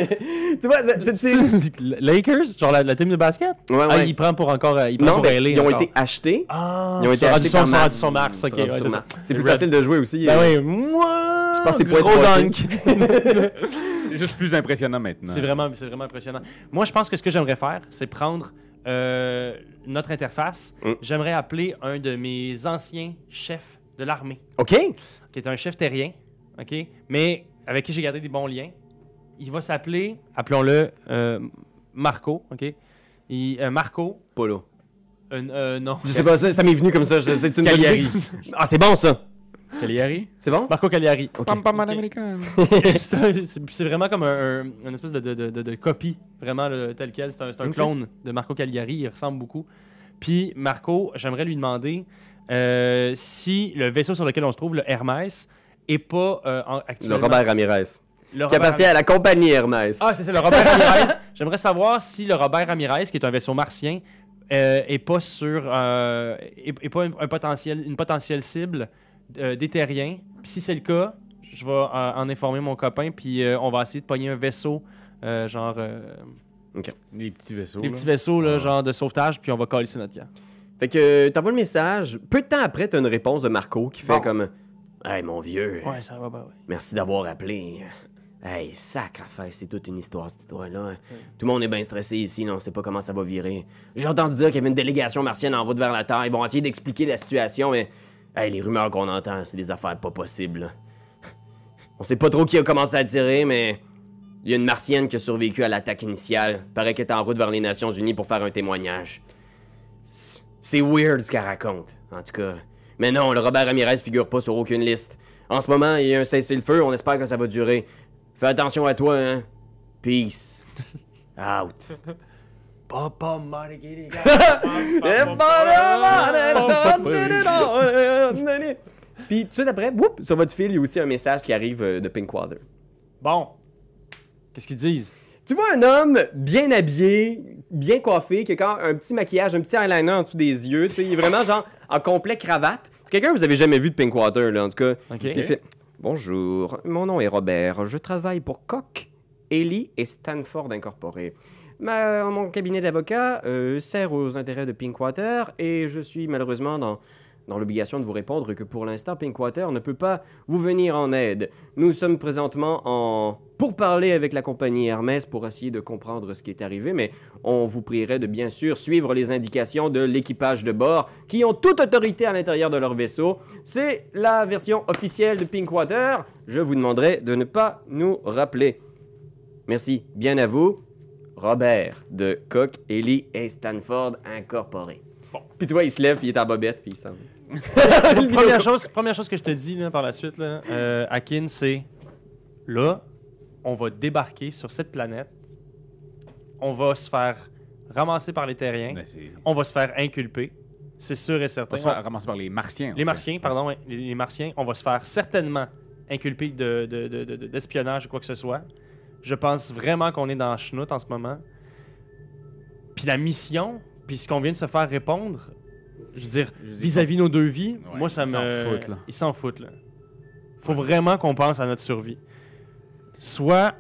tu vois, c'est- c'est... Lakers, genre la, la team de basket? Ouais, ouais. Ah, il prend pour encore. Il prend Non, pour mais LA ils ont encore. été achetés. Ah, Ils ont ils été sont rendus achetés sur- par sont rendus Mars. sur Mars, ok, Ils sont rendus ouais, sur c'est Mars. ça. C'est plus Red. facile de jouer aussi. Ben euh, oui, moi. Je pense que c'est pour être gros boité. dunk. C'est juste plus impressionnant maintenant. C'est vraiment, c'est vraiment impressionnant. Moi, je pense que ce que j'aimerais faire, c'est prendre euh, notre interface. Mm. J'aimerais appeler un de mes anciens chefs de l'armée, OK. qui est un chef terrien, ok, mais avec qui j'ai gardé des bons liens. Il va s'appeler, appelons-le euh, Marco, ok. Il- euh, Marco, Polo. euh, euh, non. Je sais pas, ça, ça m'est venu comme ça. je- C'est une bonne Cagliari. idée. Ah, c'est bon, ça. Cagliari? C'est bon? Marco Cagliari. Pam pam Ok. américaine. c'est c'est vraiment comme un, un- une espèce de, de, de- de- de copie, vraiment là, tel quel. C'est un, c'est un Ok. clone de Marco Cagliari, il ressemble beaucoup. Puis Marco, j'aimerais lui demander euh, si le vaisseau sur lequel on se trouve, le Hermès, est pas euh, en- Le actuellement... Robert Ramirez. le Qui Robert appartient à la compagnie Hermès. Ah, c'est ça, le Robert Ramirez. J'aimerais savoir si le Robert Ramirez, qui est un vaisseau martien, euh, est pas sur... euh, est, est pas un, un potentiel, une potentielle cible euh, des terriens. Puis si c'est le cas, je vais euh, en informer mon copain, puis euh, on va essayer de pogner un vaisseau, euh, genre... euh, Les petits vaisseaux. des là. petits vaisseaux, là, Ah. genre de sauvetage, puis on va coller sur notre camp. Fait que t'envoies le message. Peu de temps après, t'as une réponse de Marco qui fait Bon. comme Hey, mon vieux, Ouais, ça va, bah ouais. merci d'avoir appelé. Hey, sacrifice, c'est toute une histoire, cette histoire-là. Tout le monde est bien stressé ici, là, on sait pas comment ça va virer. J'ai entendu dire qu'il y avait une délégation martienne en route vers la Terre. Ils vont essayer d'expliquer la situation, mais hey, les rumeurs qu'on entend, c'est des affaires pas possibles. là. On sait pas trop qui a commencé à tirer, mais il y a une martienne qui a survécu à l'attaque initiale. Paraît qu'elle est en route vers les Nations Unies pour faire un témoignage. C'est- C'est weird ce qu'elle raconte, en tout cas. Mais non, le Robert Ramirez figure pas sur aucune liste. En ce moment, il y a un cessez-le-feu, on espère que ça va durer. Fais attention à toi, hein. Peace. Out. Papa Puis tout de suite après, whoop, sur votre fil, il y a aussi un message qui arrive euh, de Pinkwater. Bon. Qu'est-ce qu'ils disent? Tu vois un homme bien habillé, bien coiffé, qui a quand un petit maquillage, un petit eyeliner en dessous des yeux. tu sais, Il est vraiment genre en complet cravate. C'est quelqu'un que vous avez jamais vu de Pinkwater, là, en tout cas. OK. Il fait Bonjour, mon nom est Robert. Je travaille pour Koch, Ellie et Stanford Incorporé. Ma- mon cabinet d'avocat euh, sert aux intérêts de Pinkwater et je suis malheureusement dans, dans l'obligation de vous répondre que pour l'instant, Pinkwater ne peut pas vous venir en aide. Nous sommes présentement en. pour parler avec la compagnie Hermès pour essayer de comprendre ce qui est arrivé, mais on vous prierait de bien sûr suivre les indications de l'équipage de bord qui ont toute autorité à l'intérieur de leur vaisseau c'est la version officielle de Pinkwater. Je vous demanderai de ne pas nous rappeler. Merci bien à vous, Robert de Coq, Ellie et Stanford Incorporé. Puis tu vois, il se lève, puis il est en bobette, puis il s'en va. première, chose, première chose que je te dis là, par la suite, là, euh, Akin, c'est là, on va débarquer sur cette planète. On va se faire ramasser par les terriens. Ben, c'est- On va se faire inculper. C'est sûr et certain. On se fait ramasser par les martiens. en Les fait. martiens, pardon, ouais, les, les martiens, on va se faire certainement inculpé de- de- de- de- de- d'espionnage ou quoi que ce soit. Je pense vraiment qu'on est dans Schnout en ce moment. Puis la mission, puis ce qu'on vient de se faire répondre, je veux dire, Je dis- vis-à-vis nos deux vies, Ouais, moi ça ils me. s'en foutent, là. Ils s'en foutent, là. Faut vraiment qu'on pense à notre survie. Soit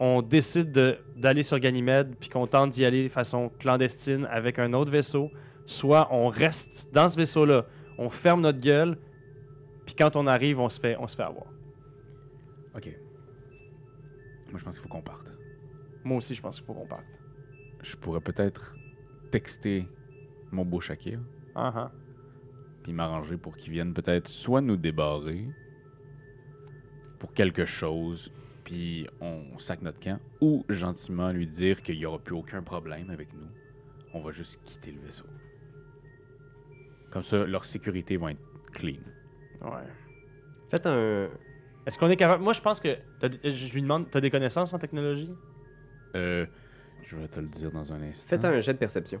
on décide de- d'aller sur Ganymède puis qu'on tente d'y aller de façon clandestine avec un autre vaisseau, soit on reste dans ce vaisseau-là, on ferme notre gueule, puis quand on arrive, on se fait, on se fait avoir. Ok. Moi, je pense qu'il faut qu'on parte. Moi aussi, je pense qu'il faut qu'on parte. Je pourrais peut-être texter mon beau Shakir, Ah, ah. puis m'arranger pour qu'il vienne peut-être soit nous débarrer pour quelque chose, puis on sac notre camp, ou gentiment lui dire qu'il n'y aura plus aucun problème avec nous. On va juste quitter le vaisseau. Comme ça, leur sécurité va être clean. Ouais. Faites un. Est-ce qu'on est capable. Moi, je pense que. t'as des- Je lui demande, t'as des connaissances en technologie Euh, je vais te le dire dans un instant. Faites un jet de perception.